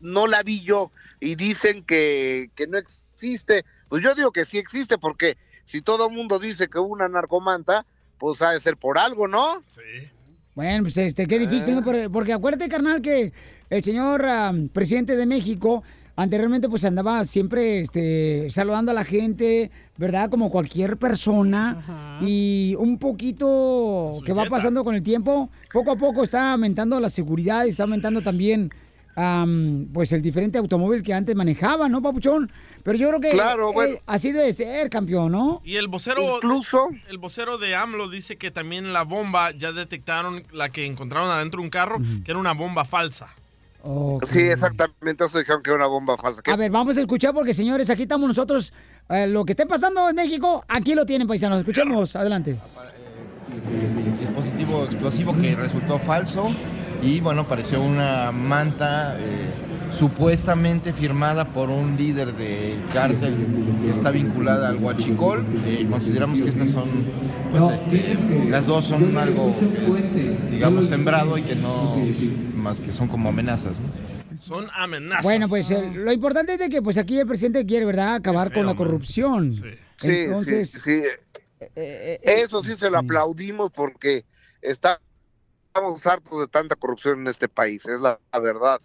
no la vi yo y dicen que, que no existe. Pues yo digo que sí existe porque si todo el mundo dice que hubo una narcomanta, pues ha de ser por algo, ¿no?
Bueno, pues este, qué difícil, ¿no?
Ah.
Porque, porque acuérdate, carnal, que el señor ah, presidente de México anteriormente pues andaba siempre este, saludando a la gente, ¿verdad? Como cualquier persona. Y un poquito que va pasando con el tiempo, poco a poco está aumentando la seguridad y está aumentando también am, pues el diferente automóvil que antes manejaba, ¿no, Papuchón? Pero yo creo que
Claro,
eh,
bueno.
así debe ser, campeón, ¿no?
Y
el vocero.
Incluso.
El vocero de AMLO dice que también la bomba ya detectaron la que encontraron adentro de un carro, que era una bomba falsa.
Sí, exactamente, eso dijeron que era una bomba falsa. que-
A ver, vamos a escuchar porque, señores, aquí estamos nosotros. eh, lo que esté pasando en México, aquí lo tienen, paisanos. Escuchemos, adelante.
dispositivo explosivo que resultó falso y bueno, pareció una manta eh, supuestamente firmada por un líder de cártel que está vinculada al huachicol. Eh, consideramos que estas son, pues este, las dos son algo, que es, digamos, sembrado y que no, más que son como amenazas. ¿no?
Son amenazas.
Bueno, pues eh, lo importante es de que pues aquí el presidente quiere, ¿verdad?, acabar con la corrupción.
Sí, sí,
Entonces,
sí, Eh, Eso eh, sí se lo aplaudimos porque está- estamos hartos de tanta corrupción en este país, es la, la verdad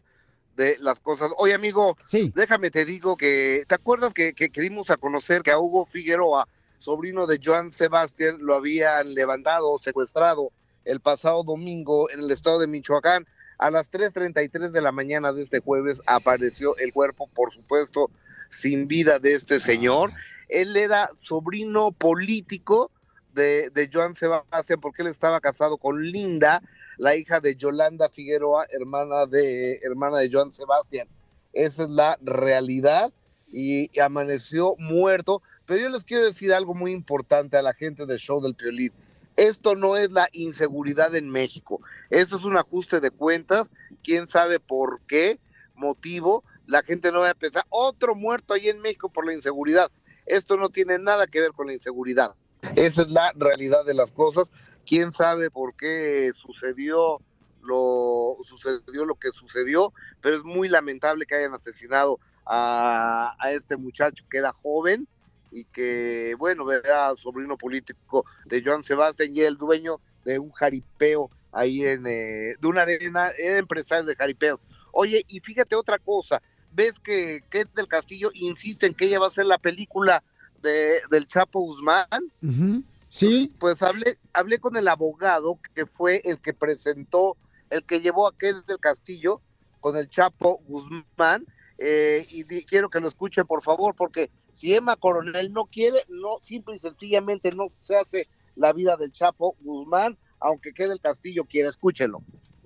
de las cosas. Oye, amigo, déjame te digo que, ¿te acuerdas que, que, que dimos a conocer que a Hugo Figueroa, sobrino de Joan Sebastián, lo habían levantado, secuestrado el pasado domingo en el estado de Michoacán? A las 3.33 de la mañana de este jueves apareció el cuerpo, por supuesto, sin vida de este señor. Él era sobrino político de, de Joan Sebastián porque él estaba casado con Linda, la hija de Yolanda Figueroa, hermana de, hermana de Joan Sebastián. Esa es la realidad y, y amaneció muerto. Pero yo les quiero decir algo muy importante a la gente del show del Piolín. Esto no es la inseguridad en México. Esto es un ajuste de cuentas. Quién sabe por qué motivo la gente no va a pensar otro muerto ahí en México por la inseguridad. Esto no tiene nada que ver con la inseguridad. Esa es la realidad de las cosas. Quién sabe por qué sucedió lo sucedió lo que sucedió, pero es muy lamentable que hayan asesinado a, a este muchacho que era joven y que, bueno, era sobrino político de Joan Sebastián y era el dueño de un jaripeo ahí en, eh, de una arena, era empresario de jaripeo. Oye, y fíjate otra cosa, ves que Kate del Castillo insiste en que ella va a hacer la película de, del Chapo Guzmán,
ujú, Sí,
pues hablé, hablé con el abogado que fue el que presentó, el que llevó a aquel del Castillo con el Chapo Guzmán. eh, y di- quiero que lo escuchen, por favor, porque si Emma Coronel no quiere, no, simple y sencillamente no se hace la vida del Chapo Guzmán, aunque que del Castillo quiera. Escúchenlo.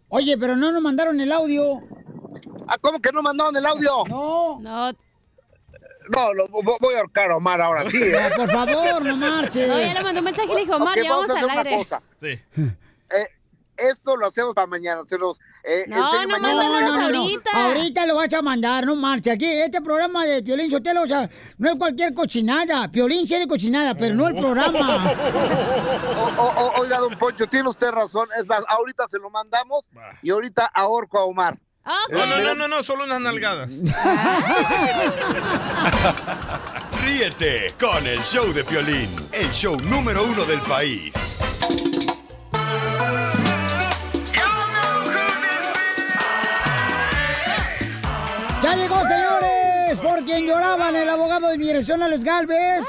Oye, pero no nos mandaron el audio.
Ah, ¿cómo que no mandaron el audio?
No.
No.
No, lo, vo- voy a ahorcar a Omar ahora sí. ¿eh?
Por favor, no marches.
No, ya le mandó un mensaje y le dijo, Omar,
Ok,
ya vamos
a hacer
al
una
aire.
cosa. Eh, esto lo hacemos para mañana. Se los, eh, en serio, mañana voy a hacer-
Ahorita lo vas a mandar, no marches. Aquí, este programa de Piolín Sotelo, o sea, no es cualquier cochinada. Piolín sí es cochinada, pero no el programa.
O- o- o- oiga, don Poncho, tiene usted razón. Es más, ahorita se lo mandamos y ahorita ahorco a Omar.
Ah,
No, no, no, no, no, solo unas nalgadas.
Ríete con el show de Piolín, el show número uno del país.
¡Ya llegó, señores! Por quien lloraban, el abogado de migración, Alex Galvez.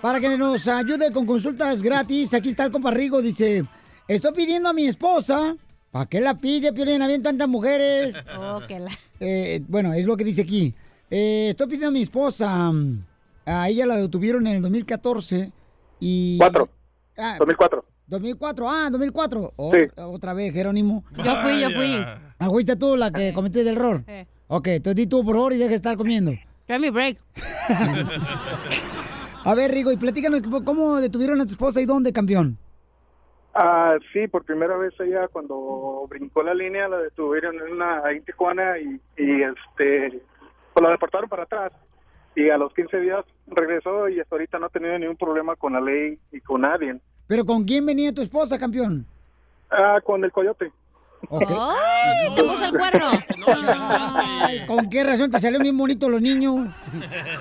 Para que nos ayude con consultas gratis. Aquí está el comparrigo, dice... Estoy pidiendo a mi esposa... ¿Para qué la pide, Piolín? Habían tantas mujeres.
Oh, que la...
Eh, bueno, es lo que dice aquí. Eh, estoy pidiendo a mi esposa... mm, A ella la detuvieron en el 2014 y...
Cuatro.
Ah,
2004.
2004, ah, 2004. O-
Sí.
Oh, Otra vez, Jerónimo.
Yo fui, yo fui. Vaya.
Ah, fuiste tú la que cometiste el error.
Sí.
Ok, entonces di tú, por favor, y deja de estar comiendo.
Trae mi break.
A ver, Rigo, y platícanos cómo detuvieron a tu esposa y dónde, campeón.
Ah,
sí, por primera vez ella cuando brincó la línea la detuvieron en una ahí en Tijuana y, y este pues la deportaron para atrás y a los 15 días regresó y hasta ahorita no ha tenido ningún problema con la ley y con nadie.
¿Pero con quién venía tu esposa, campeón?
Ah, con el coyote.
Ok.
¡Ay! ¡Te puso el cuerno!
Ay, ¿Con qué razón te salieron bien bonitos los niños?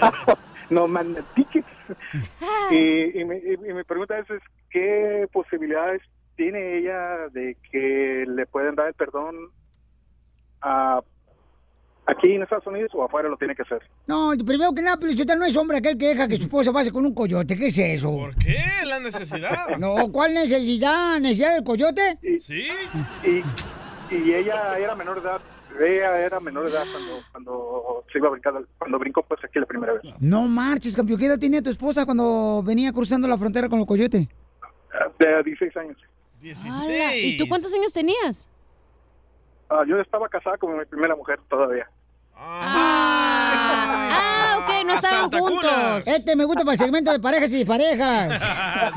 no man, tickets. Y, y mi, y- y mi pregunta es, es, ¿qué posibilidades tiene ella de que le pueden dar el perdón a, aquí en Estados Unidos o afuera lo tiene que hacer?
No, primero que nada, Pelichota no es hombre aquel que deja que su esposa pase con un coyote. ¿Qué es eso? ¿Por
¿Qué? ¿La necesidad?
No, ¿cuál necesidad? ¿Necesidad del coyote?
Sí.
Y, y ella era menor de edad. Ella era menor de edad cuando, cuando se iba a brincar, cuando brincó pues aquí la primera vez.
No marches, campeón. ¿Qué edad tenía tu esposa cuando venía cruzando la frontera con el coyote?
De 16 años.
¡Hala! ¿Y tú cuántos años tenías?
Ah, yo estaba casada con mi primera mujer todavía.
Ah, ok, no estaban juntos.
Este me gusta para el segmento de parejas y parejas.
Ah,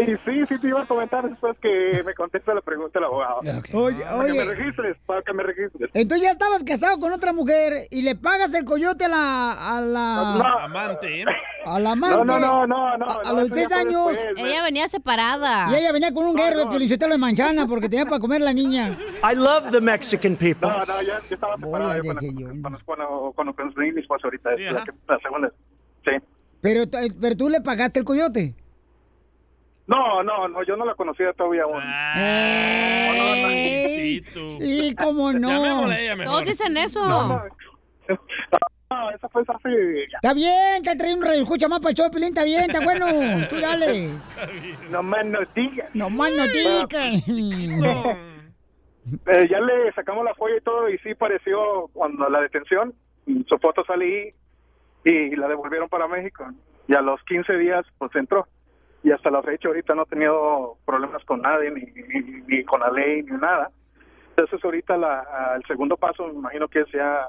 y sí, sí te iba a comentar después que me conteste la pregunta el abogado.
Oye,
para
oye.
que me registres, para que me registres.
Entonces ya estabas casado con otra mujer y le pagas el coyote a la... A
No.
la...
Amante.
A la amante.
No, no, no, no, no,
A, a
no,
los
eso
16
ya fue
años.
después, ¿eh?
Ella venía separada.
Y ella venía con un guerrero piolichotelo de manchana porque tenía para comer la niña.
I love the Mexican people.
No, no, ya, ya estaba separada yo cuando, cuando, cuando, cuando construí mi esposa ahorita, es la, que- la segunda.
Pero, t- pero tú le pagaste el coyote.
No, no, no, yo no la conocía todavía aún.
Ey, Ah, Sí, cómo no.
Todos dicen eso.
No, esa fue hace...
Está bien, te traído un radio. Escucha más para el show de Piolín, está bien, está bueno. Tú dale.
No más noticias.
No más noticias.
Eh, ya le sacamos la folla y todo y sí pareció cuando la detención, su foto salí y la devolvieron para México. Y a los 15 días pues entró. Y hasta la fecha ahorita no ha tenido problemas con nadie, ni, ni- ni con la ley, ni nada. Entonces ahorita la, el segundo paso me imagino que sea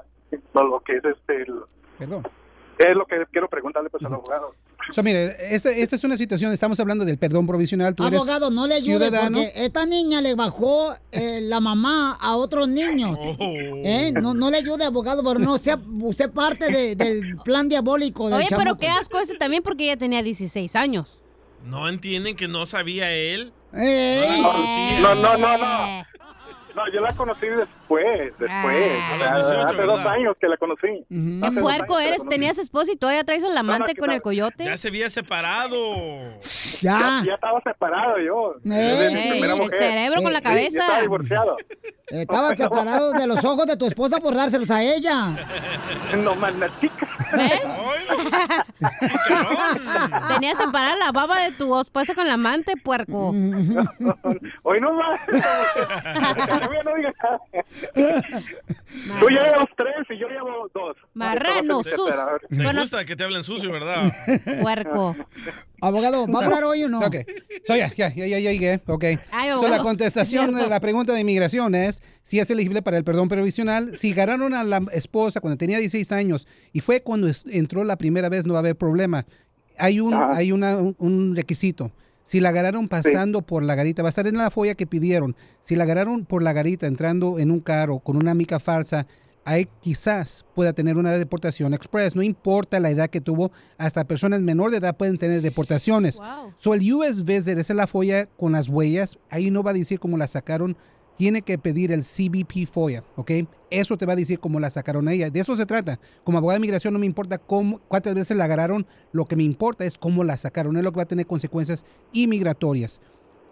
lo, lo que es este... el-
Perdón.
es lo que quiero preguntarle pues al abogado.
O sea, mire, esta, esta es una situación, estamos hablando del perdón provisional. Tú eres
Abogado, no le ayude
ciudadano.
porque esta niña le bajó eh, la mamá a otros niños.
Oh.
¿Eh? No, no le ayude, abogado, pero no sea usted parte de- del plan diabólico del
Oye, pero
chamaco.
qué asco ese también porque ella tenía 16 años.
¿No entienden que no sabía él?
Ey.
No, no, no, no. No, yo la conocí después, después.
Ah.
A los 18,
hace dos
¿verdad?
años que la conocí.
Qué
Hace dos
puerco
años que la
eres,
conocí.
tenías esposa y todavía traes al amante
¿qué
con el coyote.
Ya se había separado.
Ya.
Ya, estaba separado yo.
Ey,
Desde mi
ey,
primera
el
mujer.
cerebro con la
Sí, ya
cabeza.
estaba divorciado.
Eh, Estaba separado de los ojos de tu esposa por dárselos a ella.
No magnética.
Tenía separada la baba de tu esposa con la amante, puerco.
Hoy no más. no digas nada. Tú ya llevas tres y yo llevo dos.
Marrano, sus.
Te gusta que te hablen sucio, ¿verdad?
Puerco.
Abogado, ¿va a hablar hoy o no?
Ok. So, ya, ya, ya, ya, ya llegué. Ok.
Ay,
So, la
abogado,
contestación
cierto.
de la pregunta de inmigración es si es elegible para el perdón provisional. Si ganaron a la esposa cuando tenía 16 años y fue cuando es- entró la primera vez, no va a haber problema. Hay un,
Ah.
Ajá.
hay una- un- un requisito. Si la agarraron pasando por la garita, va a estar en la folla que pidieron. Si la agarraron por la garita entrando en un carro con una mica falsa, ahí quizás pueda tener una deportación express. No importa la edad que tuvo, hasta personas menor de edad pueden tener deportaciones. So, el US Visitor, esa es la folla con las huellas. Ahí no va a decir cómo la sacaron tiene que pedir el CBP FOIA, ¿ok? Eso te va a decir cómo la sacaron a ella. De eso se trata. Como abogado de migración no me importa cómo, cuántas veces la agarraron, lo que me importa es cómo la sacaron. Es lo que va a tener consecuencias inmigratorias.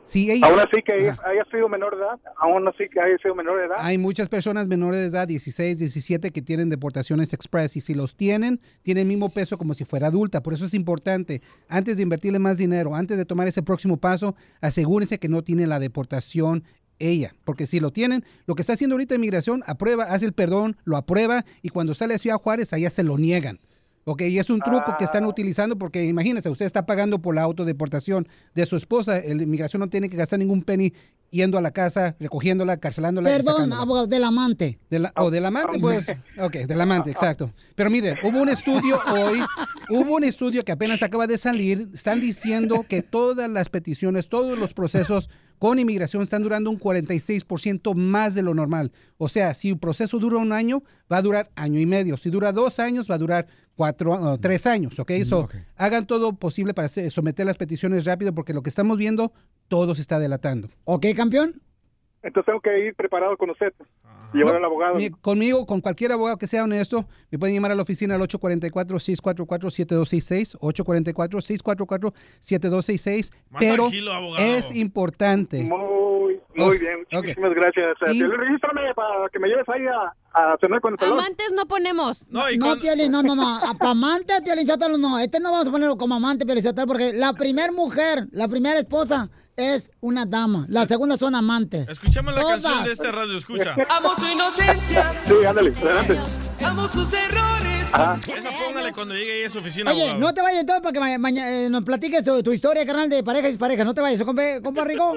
Si ella,
Aún así que
Ajá.
haya sido menor de edad, aún así que haya sido menor de edad.
Hay muchas personas menores de edad, 16, 17, que tienen deportaciones express y si los tienen, tienen el mismo peso como si fuera adulta. Por eso es importante, antes de invertirle más dinero, antes de tomar ese próximo paso, asegúrense que no tiene la deportación ella, porque si lo tienen, lo que está haciendo ahorita inmigración, aprueba, hace el perdón, lo aprueba y cuando sale a Ciudad Juárez, allá se lo niegan. Ok, y es un truco que están utilizando porque imagínense, usted está pagando por la autodeportación de su esposa, el inmigración no tiene que gastar ningún penny yendo a la casa, recogiéndola, carcelándola. y
Perdón,
sacándola.
abogado, Ah, del amante.
De la- o del amante, pues. Ok, del amante, exacto. Pero mire, hubo un estudio hoy, hubo un estudio que apenas acaba de salir, están diciendo que todas las peticiones, todos los procesos con inmigración están durando un 46% más de lo normal. O sea, si un proceso dura un año, va a durar año y medio. Si dura dos años, va a durar cuatro, o tres años, ¿ok? So,
Mm,
hagan todo posible para se- someter las peticiones rápido porque lo que estamos viendo, todo se está delatando.
¿Ok, campeón?
Entonces tengo que ir preparado con usted. Llevar al abogado.
Mi- Conmigo, con cualquier abogado que sea honesto, me pueden llamar a la oficina al 844-644-7266, 844-644-7266,
Más
pero
tranquilo, abogado.
es importante.
Muy, muy bien,
Oh, ok.
muchísimas gracias.
Y-
Piolín, regístrame para que me lleves ahí a, a cenar con el salón.
Amantes no ponemos.
No, Piolín, no, no, no. A- pa' amante, Piolín Sotelo, no. Este no vamos a ponerlo como amante, Piolín Sotelo, porque la primera mujer, la primera esposa es una dama. La segunda son amantes.
Escuchemos la
Todas.
canción de este radio, escucha.
Amo su inocencia.
Sí, ándale, adelante.
Amo sus errores.
Ajá.
Esa póngale cuando llegue ahí a su oficina,
Oye,
abogado.
no te vayas entonces para que ma- maña- eh, nos platiques tu, tu historia, carnal, de parejas y parejas. No te vayas, ¿o, compa, compa Rigo?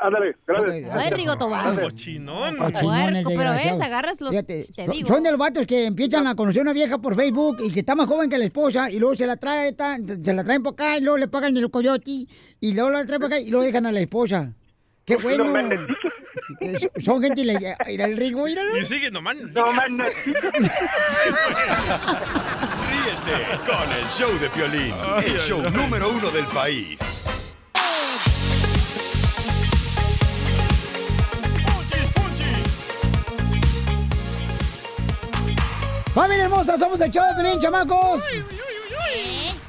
Ándale, gracias.
Ay, Rigo Tobar.
Cochinón.
Cochinón el
Puerco, pero
desgraciado.
ves, agarras los.
Fíjate,
te
so-
digo.
Son de los vatos que empiezan a conocer una vieja por Facebook y que está más joven que la esposa y luego se la trae, ta- se la traen para acá y luego le pagan el coyote y luego la traen para acá y luego dejan a la esposa. ¡Qué bueno!
No manches.
Eh, so- son gente y le- mira el Rigo, míralo.
Y sigue nomás.
No manches.
Ríete con el show de Piolín, el show número uno del país.
¡Familia hermosa! Somos el show de Pelín, chamacos.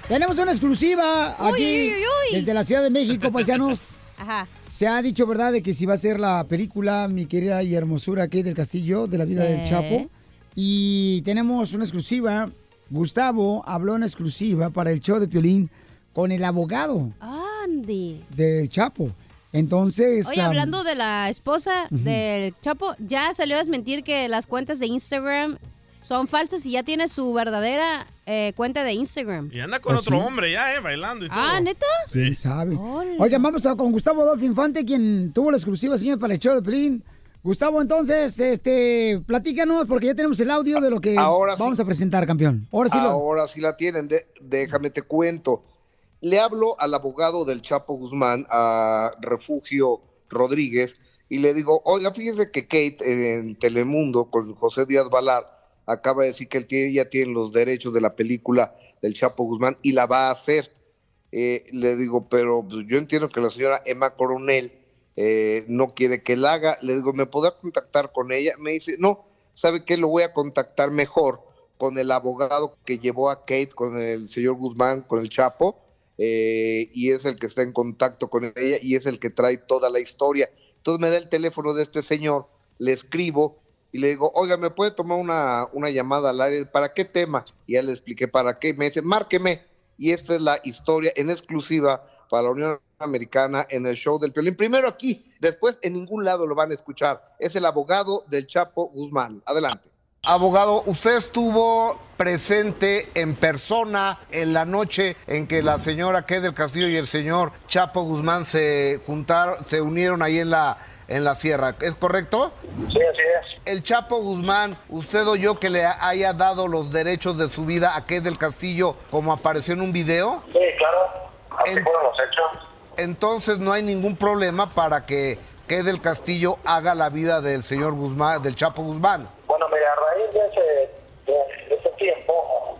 Tenemos una exclusiva
Uy,
aquí
uy, uy, uy.
desde la Ciudad de México, paisanos.
Ajá.
Se ha dicho, ¿verdad?, de que si va a ser la película, mi querida y hermosura Kate del Castillo, de la vida
Sí.
del Chapo. Y tenemos una exclusiva. Gustavo habló en exclusiva para el show de Piolín con el abogado
Andy.
del Chapo. Entonces...
Oye,
am,
hablando de la esposa
Ujú.
del Chapo, ya salió a desmentir que las cuentas de Instagram son falsas y ya tiene su verdadera eh, cuenta de Instagram.
Y anda con
¿Oh,
otro
sí?
hombre ya, eh, bailando y todo.
Ah, ¿neta?
¿Quién sabe? Oigan, vamos a, con Gustavo Adolfo Infante, quien tuvo la exclusiva, señor, para el show de Pelín. Gustavo, entonces, este, platícanos, porque ya tenemos el audio de lo que
Ahora sí.
vamos a presentar, campeón. Ahora sí lo...
Ahora sí la tienen, de- déjame te cuento. Le hablo al abogado del Chapo Guzmán, a Refugio Rodríguez, y le digo, oiga, fíjese que Kate eh, en Telemundo con José Díaz Valar acaba de decir que él tiene- ella tiene los derechos de la película del Chapo Guzmán y la va a hacer. Eh, le digo, pero pues, yo entiendo que la señora Emma Coronel eh, no quiere que la haga. Le digo, ¿me podrá contactar con ella? Me dice, no, ¿sabe qué? Lo voy a contactar mejor con el abogado que llevó a Kate, con el señor Guzmán, con el Chapo, eh, y es el que está en contacto con ella y es el que trae toda la historia. Entonces me da el teléfono de este señor, le escribo y le digo, oiga, ¿me puede tomar una, una llamada al área? ¿Para qué tema? Y ya le expliqué para qué. Me dice, márqueme. Y esta es la historia en exclusiva para la Unión Americana en el show del Piolín. Primero aquí, después en ningún lado lo van a escuchar. Es el abogado del Chapo Guzmán. Adelante. Abogado, usted estuvo presente en persona en la noche en que la señora Kay del Castillo y el señor Chapo Guzmán se juntaron, se unieron ahí en la en la sierra, ¿es correcto? Sí, así es. El Chapo Guzmán, usted oyó que le haya dado los derechos de su vida a Kay del Castillo como apareció en un video?
Sí, claro, así fueron los hechos.
Entonces no hay ningún problema para que Kay del Castillo haga la vida del señor Guzmán, del Chapo Guzmán.
Bueno, mira, a raíz de ese, de- de ese tiempo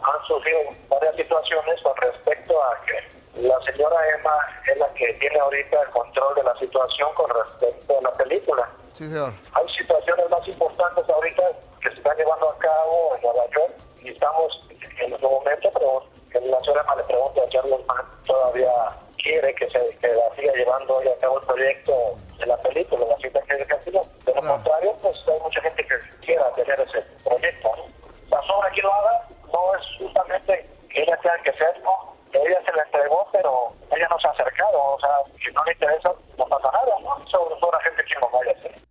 han surgido varias situaciones con respecto a que la señora Emma es la que tiene ahorita el control de la situación con respecto a la película.
Sí, señor.
Hay situaciones más importantes ahorita que se están llevando a cabo en Nueva York y estamos en este momento, pero en la zona le pregunto a Charles Mann todavía quiere que se que la siga llevando hoy a cabo el proyecto de la película, la cita que es de Castillo. De lo contrario, pues hay mucha gente que quiera tener ese proyecto. ¿no? La sobra que lo haga no es justamente que ella tenga que ser, ¿no? Ella se la entregó, pero ella no se ha acercado, o sea, si no le interesa, no pasa nada, ¿no? Sobre sobra gente que no vaya a hacer.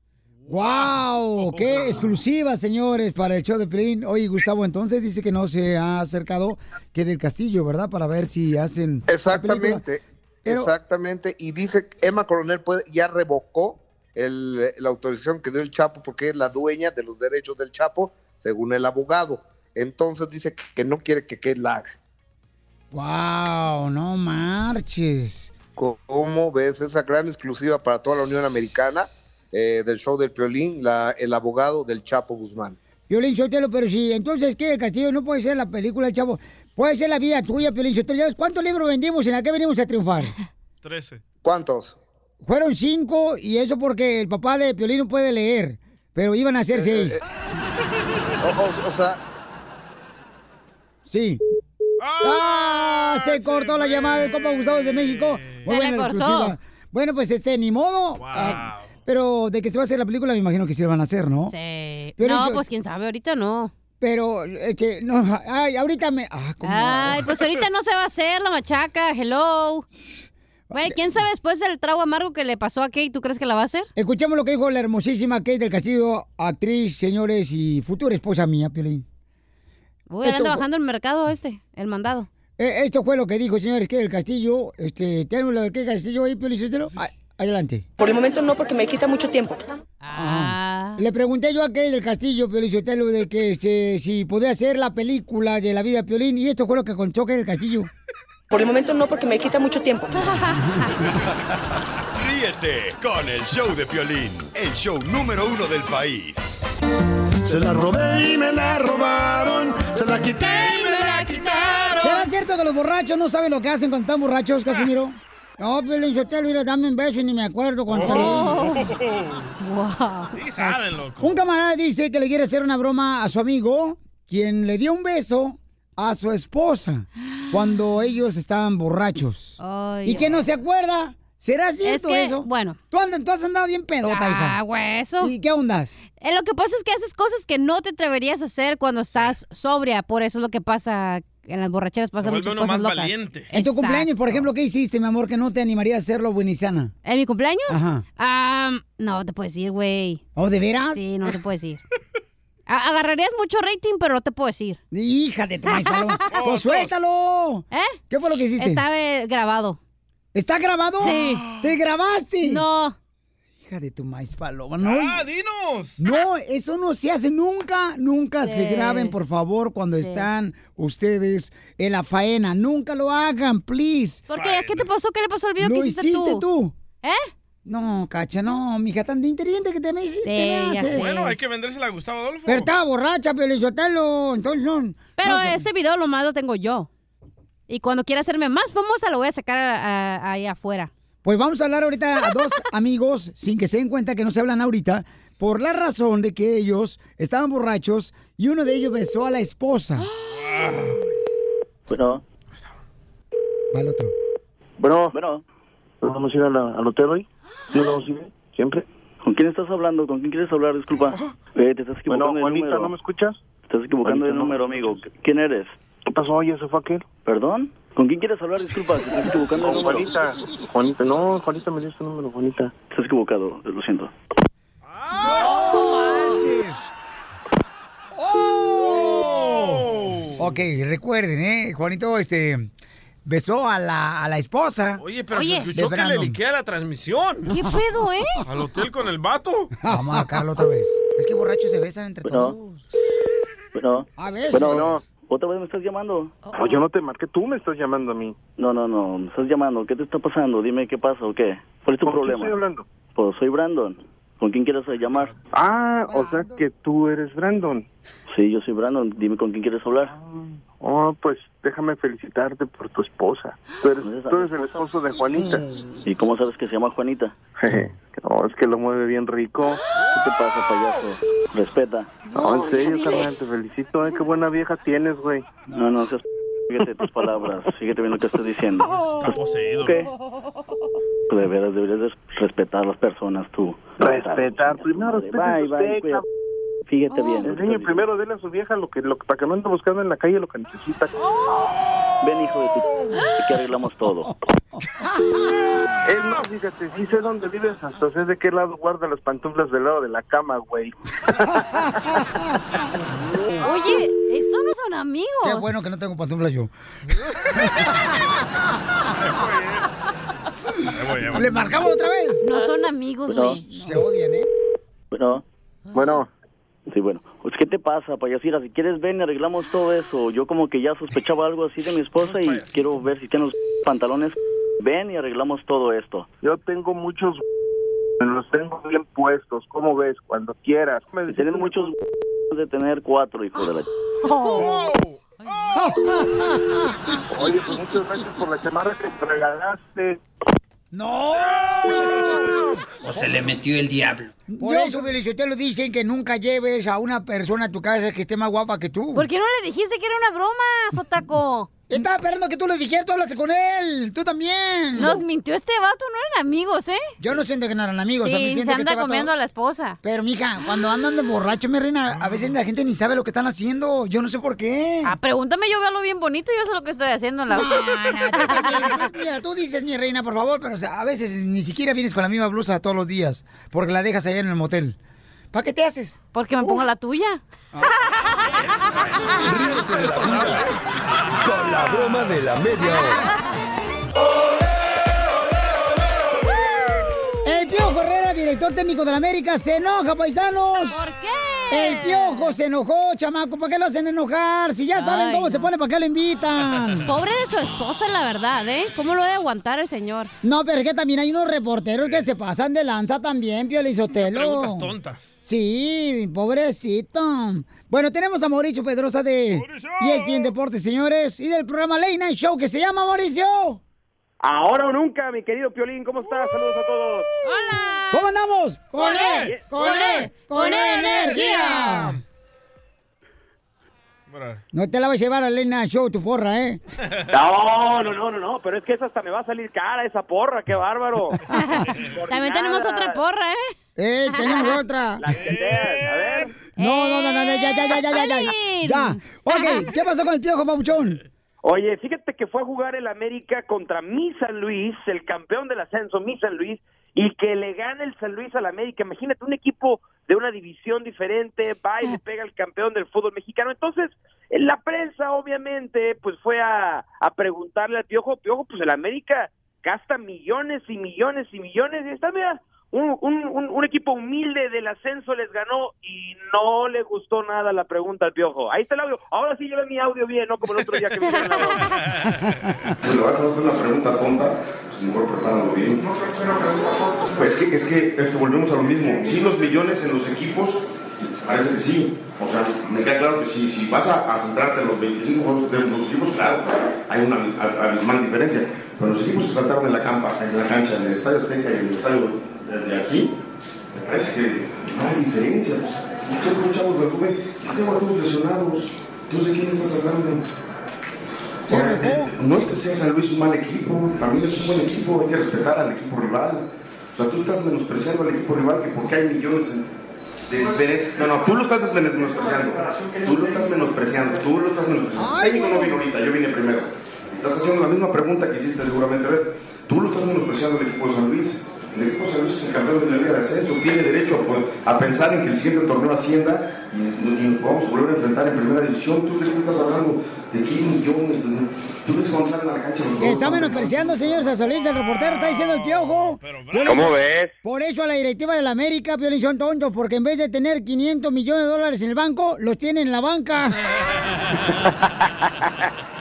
¡Wow! ¡Qué exclusiva, señores, para el show de Pelín! Oye, Gustavo, entonces dice que no se ha acercado que del castillo, ¿verdad? Para ver si hacen. la película.
Exactamente,
Pero-
exactamente. Y dice que Emma Coronel puede, ya revocó el- la autorización que dio el Chapo porque es la dueña de los derechos del Chapo, según el abogado. Entonces dice que, que no quiere que, que la haga.
¡Wow! No marches.
¿Cómo ves esa gran exclusiva para toda la Unión Americana eh, del show del Piolín, la- el abogado del Chapo Guzmán?
Violín Sotelo, pero sí, entonces, ¿qué? El castillo no puede ser la película, chavo. Puede ser la vida tuya, Violín Sotelo. ¿Ya ves ¿Cuántos libros vendimos en la que venimos a triunfar?
13.
¿Cuántos?
Fueron cinco y eso porque el papá de Piolín no puede leer, pero iban a ser seis.
O, o- o sea,
Sí. ¡Ah! Se cortó la llamada del compa Gustavo de México. Muy
Se le
buena la
cortó.
exclusiva. Bueno, pues este, ni modo. Ah, pero de que se va a hacer la película, me imagino que sí la van a hacer, ¿no?
Sí.
Pero
no,
yo-
pues quién sabe, ahorita no.
Pero, este, no, ay, ahorita me... Ah, ¿cómo?
Ay, pues ahorita no se va a hacer la machaca, hello. Bueno, quién sabe después del trago amargo que le pasó a Kate, ¿tú crees que la va a hacer?
Escuchemos lo que dijo la hermosísima Kate del Castillo, actriz, señores, y futura esposa mía, Piolín.
Uy, ahora anda
Esto-
bajando el mercado este, el mandado.
Eh, esto fue lo que dijo, señores, que del Castillo, este, tenemos lo de que Castillo ahí, Piolín Sotelo. Ah, Adelante.
Por el momento no, porque me quita mucho tiempo.
Ajá. Le pregunté yo a Kate del Castillo, Piolín Sotelo, de que este, si podía hacer la película de la vida de Piolín, y esto fue lo que contó Kate del Castillo.
Por el momento no, porque me quita mucho tiempo.
Ríete con el show de Piolín, el show número uno del país. Se la robé y me la robaron, se la quité y me la quitaron.
¿Será cierto que los borrachos no saben lo que hacen cuando están borrachos, Casimiro? No, Piolín Sotelo, mira, dame un beso y ni me acuerdo cuando
Oh.
Oh.
Sí saben, loco.
Un camarada dice que le quiere hacer una broma a su amigo, quien le dio un beso a su esposa cuando ellos estaban borrachos.
Ay,
y que no se acuerda. ¿Será cierto
Es que,
eso?
bueno.
Tú, andas- tú has andado bien pedota, hija.
Ah, hueso.
¿Y qué ondas?
Eh, lo que pasa es que haces cosas que no te atreverías a hacer cuando estás sobria. Por eso es lo que pasa en las borracheras, pasa
vuelve
muchas
uno
cosas
más
locas.
valiente.
En tu
Exacto.
cumpleaños, por ejemplo, ¿qué hiciste, mi amor, que no te animaría a hacerlo, buenisana?
¿En mi cumpleaños?
Ajá.
Am, no, te puedes ir, güey.
¿Oh, de veras?
Sí, no te puedes ir. A- agarrarías mucho rating, pero no te puedes ir.
Hija de tu maíz, paloma. Pues suéltalo.
¿Eh?
¿Qué fue lo que hiciste?
Estaba eh, grabado.
¿Está grabado?
Sí.
¿Te grabaste?
No.
Hija de tu maíz paloma. No,
¡Ah, dinos!
No, eso no se hace nunca, nunca se
Sí.
graben, por favor, cuando
Sí.
están ustedes en la faena. Nunca lo hagan, please.
¿Por qué? ¿Qué te pasó? ¿Qué le pasó al video
¿Lo
que hiciste,
hiciste tú?
¿Eh?
No, cacha, no, mija, tan de inteligente que te me hiciste. me haces.
Bueno, hay que vendérsela a Gustavo Adolfo.
Pero estaba borracha, pero entonces no.
Pero
no sé.
ese video lo más lo tengo yo. Y cuando quiera hacerme más famosa, lo voy a sacar a- a- ahí afuera.
Pues vamos a hablar ahorita a dos amigos, sin que se den cuenta que no se hablan ahorita, por la razón de que ellos estaban borrachos y uno de ellos besó a la esposa.
Bueno,
Va el otro.
bueno, bueno. ¿Nos vamos a ir a la- al hotel hoy?
Ah.
¿Sí nos vamos a ir? ¿Siempre? ¿Con quién estás hablando? ¿Con quién quieres hablar? Disculpa.
Ah.
Eh, te estás equivocando
Bueno,
de
Juanita,
número.
¿no me escuchas?
Te estás equivocando de
Juanita, no
número, amigo. ¿Quién eres?
¿Qué pasó? Oye, se fue aquel.
¿Perdón? ¿Con quién quieres hablar? Disculpa, te estás equivocando de
Con
número.
Juanita. Juanita, no, Juanita me dio su número, Juanita.
Estás equivocado, lo siento.
¡Oh!
Oh.
Ok, recuerden, ¿eh? Juanito, este, besó a la, a la esposa.
Oye, pero se escuchó
de
que le
Brandon.
liquea la transmisión.
¿Qué pedo, eh?
Al hotel con el vato.
Vamos a marcarlo otra vez. Es que borrachos se besan entre
Bueno.
todos.
Bueno.
A ver.
Bueno, ¿Otra vez me estás llamando?
No, Pues yo no te marqué, tú me estás llamando a mí.
No, no, no. Me estás llamando. ¿Qué te está pasando? Dime qué pasa o qué. ¿Cuál es tu
¿Con quién
este problema?
estoy hablando?
Pues soy Brandon. ¿Con quién quieres eh, llamar?
Ah, o sea que tú eres Brandon.
Sí, yo soy Brandon. Dime con quién quieres hablar.
Oh, pues déjame felicitarte por tu esposa. Tú eres,
¿No eres
tú eres el esposo de Juanita.
¿Y cómo sabes que se llama Juanita?
Jeje,
No, es que lo mueve bien rico. ¿Qué te pasa, payaso?
Respeta.
No, en serio, carnal, te felicito. eh, Qué buena vieja tienes, güey.
No, no, seas... Fíjate tus palabras, fíjate bien lo que estás diciendo.
Está poseído.
¿Qué? De veras, deberías de respetar a las personas tú.
Respetar. Primero respeta
Bye,
usted,
bye, cuida-
cabrón.
Fíjate bien.
Enseñe primero, dele a su vieja lo que, lo, que- para que no ande buscando en la calle lo que necesita.
Oh. Ven, hijo de tu... Aquí arreglamos todo.
Es más, fíjate, sí sé dónde vives, hasta sé de qué lado guarda las pantuflas del lado de la cama, güey.
Oye, estos no son amigos.
Qué bueno que no tengo pantufla yo. ¿Le marcamos otra vez?
No son amigos,
No.
güey.
Se odian, ¿eh?
Bueno. Ah. Bueno. Sí, bueno. Pues, ¿qué te pasa, payasira? Si quieres, ven y arreglamos todo eso. Yo como que ya sospechaba algo así de mi esposa y quiero ver si tiene los pantalones. Ven y arreglamos todo esto.
Yo tengo muchos... me Los tengo bien puestos, ¿cómo ves? Cuando quieras.
Si tienes muchos de tener cuatro, hijo de la...
Oye, pues muchas gracias por la chamarra que te regalaste.
¡No!
O se le metió el diablo.
Por eso, Felicitelo, dicen que nunca lleves a una persona a tu casa que esté más guapa que tú.
¿Por qué no le dijiste que era una broma, Sotaco?
Estaba esperando que tú le dijeras, tú hablaste con él, tú también.
Nos mintió este vato, no eran amigos, ¿eh?
Yo no siento que no eran amigos.
Sí,
a mí siento
se
que
anda
este vato-
comiendo a la esposa.
Pero, mija, cuando andan de borracho, mi reina, a veces la gente ni sabe lo que están haciendo. Yo no sé por qué.
Ah, pregúntame, yo veo lo bien bonito y yo sé lo que estoy haciendo, la
Ah, Mira, tú dices, mi reina, por favor, pero o sea, a veces ni siquiera vienes con la misma blusa todos los días porque la dejas allá en el motel. ¿Para qué te haces?
Porque me pongo la tuya.
Con la broma de la media hora.
El Piojo Herrera, director técnico de la América, se enoja, paisanos. ¿Por
qué?
El Piojo se enojó, chamaco. ¿Para qué lo hacen enojar? Si ya saben
Ay,
cómo
no.
se pone, ¿para qué lo invitan?
Pobre de su esposa, la verdad, ¿eh? ¿Cómo lo debe aguantar el señor?
No, pero es que también hay unos reporteros que se pasan de lanza también, Pio
Preguntas tontas.
Sí, pobrecito. Bueno, tenemos a Mauricio Pedrosa de E ESPN Deportes, señores, y del programa Late Night Show que se llama Mauricio.
Ahora o nunca, mi querido Piolín, ¿cómo estás? Saludos a todos.
¿Cómo andamos?
Con E, con E, con E energía.
No te la vas a llevar a Late Night Show, tu porra, ¿eh?
No, no, no, no, no, pero es que esa hasta me va a salir cara, esa porra, qué bárbaro.
También tenemos otra porra, ¿eh?
¡Eh, tenemos otra! No, no, no, no, no, ya, ya, ya, ya, ya, ya. Ya. Ok, ¿qué pasó con el Piojo, papuchón?
Oye, fíjate que fue a jugar el América contra mi San Luis, el campeón del ascenso, mi San Luis, y que le gana el San Luis al América. Imagínate un equipo de una división diferente, va
Ah.
y le pega al campeón del fútbol mexicano. Entonces, en la prensa, obviamente, pues fue a, a preguntarle al Piojo, Piojo, pues el América gasta millones y millones y millones, y está, mira, un, un, un- un equipo humilde del ascenso les ganó y no le gustó nada la pregunta al Piojo. Ahí está el audio. Ahora sí llevé mi audio bien, ¿no? Como el otro día que me hicieron la broma.
Pues le vas a hacer una pregunta tonta, pues mejor prepáralo bien. Pues sí, es que eh, volvemos a lo mismo. Sí, los millones en los equipos, parece que sí. O sea, me queda claro que si, si vas a, a centrarte en los 25 juegos de los equipos, claro, hay una ab- abismal diferencia. Pero los equipos se saltaron en la, campa, en la cancha, en el estadio Azteca y en el estadio de, de aquí. Me parece que no hay diferencia. Pues, siempre un chavo del joven, yo tengo a todos lesionados. Entonces, ¿de quién estás hablando? Pues, No es que sea San Luis un mal equipo, para mí es un buen equipo, hay que respetar al equipo rival. O sea, tú estás menospreciando al equipo rival que porque hay millones de... de- no, no, tú lo estás menospreciando. Tú lo estás menospreciando, tú lo estás menospreciando. El técnico no vino ahorita, yo vine primero. Estás haciendo la misma pregunta que hiciste seguramente, Red. Tú lo estás menospreciando al equipo de San Luis. El equipo de San Luis es el campeón de la Liga de Ascenso, tiene derecho pues, a pensar en que el siguiente torneo ascienda y, y nos podamos volver a enfrentar en primera división. ¿Tú de qué estás hablando? ¿De qué millones? ¿Tú ves cuando salen a la cancha los
Que
dos?
está menospreciando, señor Sasolís, el reportero está diciendo el Piojo.
¿Cómo ves?
Por eso a la directiva de la América, Piolín, son tontos, porque en vez de tener 500 millones de dólares en el banco, los tienen en la banca.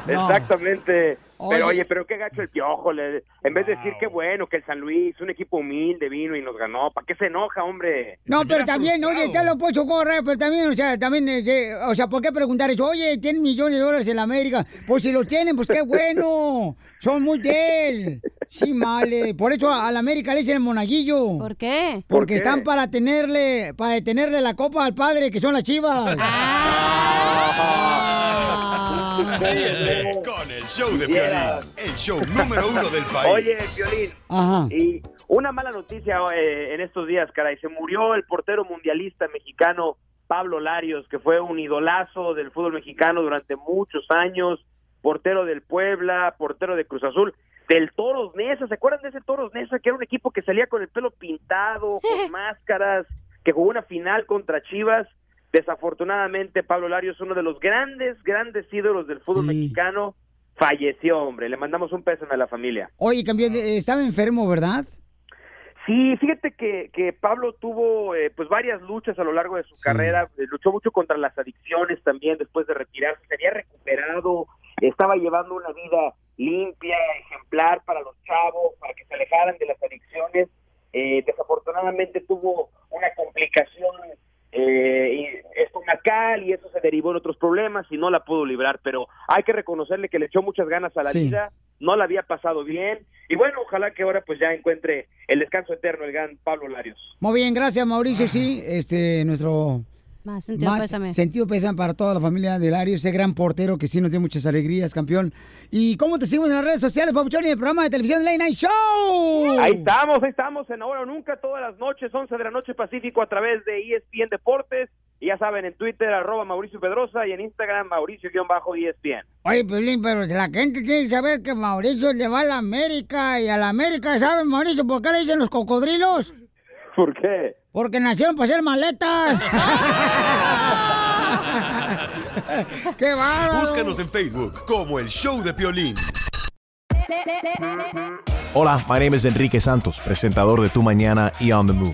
Exactamente. Pero oye, pero qué gacho el piojo. le- en vez de decir qué bueno que el San Luis, un equipo humilde, vino y nos ganó. ¿Para qué se enoja, hombre?
No, pero también, oye, te lo pocho corre, pero también, o sea, también, eh, eh, o sea, ¿por qué preguntar eso? Oye, tienen millones de dólares en la América. Pues si los tienen, pues qué bueno. Son muy de él. Sí, male. Por eso a a la América le dicen el monaguillo. ¿Por
qué?
Porque
qué?
están para tenerle, para detenerle la copa al padre, que son las chivas.
Ríete con el show de
Yeah.
Piolín, el show número uno del país.
Oye, Piolín. Y una mala noticia eh, en estos días, caray. Se murió el portero mundialista mexicano Pablo Larios, que fue un idolazo del fútbol mexicano durante muchos años. Portero del Puebla, portero de Cruz Azul, del Toros Nesa. ¿Se acuerdan de ese Toros Nesa? Que era un equipo que salía con el pelo pintado, con máscaras, que jugó una final contra Chivas. Desafortunadamente, Pablo Larios, uno de los grandes, grandes ídolos del fútbol mexicano, falleció, hombre. Le mandamos un pésame a la familia.
Oye, campeón, eh, estaba enfermo, ¿verdad?
Ah. Sí, fíjate que, que Pablo tuvo eh, pues varias luchas a lo largo de su carrera, Eh, luchó mucho contra las adicciones también después de retirarse, se había recuperado, estaba llevando una vida limpia, ejemplar para los chavos, para que se alejaran de las adicciones, Eh, desafortunadamente tuvo una complicación eh, y- estomacal y eso se derivó en otros problemas y no la pudo librar, pero hay que reconocerle que le echó muchas ganas a la
Sí.
vida, no la había pasado bien y bueno, ojalá que ahora pues ya encuentre el descanso eterno el gran Pablo Larios.
Muy bien, gracias,
Ah.
Mauricio. Sí, este, nuestro
Más sentido,
más
pésame.
sentido pésame para toda la familia de Lario, ese gran portero que sí nos dio muchas alegrías, campeón. ¿Y cómo te seguimos en las redes sociales, Papuchón, y en el programa de televisión Late Night Show?
Ahí estamos, ahí estamos en Ahora o Nunca, todas las noches, 11 de la noche Pacífico, a través de E ESPN Deportes. Y ya saben, en Twitter, arroba Mauricio Pedrosa y en Instagram, Mauricio-ESPN.
Oye, Piolín, pero la gente tiene que saber que Mauricio le va a la América y a la América, ¿saben, Mauricio, por qué le dicen los cocodrilos?
¿Por qué?
Porque nacieron para hacer maletas. ¡Qué bárbaro!
Búscanos en Facebook como el show de Piolín.
Hola, my name is Enrique Santos, presentador de Tu Mañana y On the Move.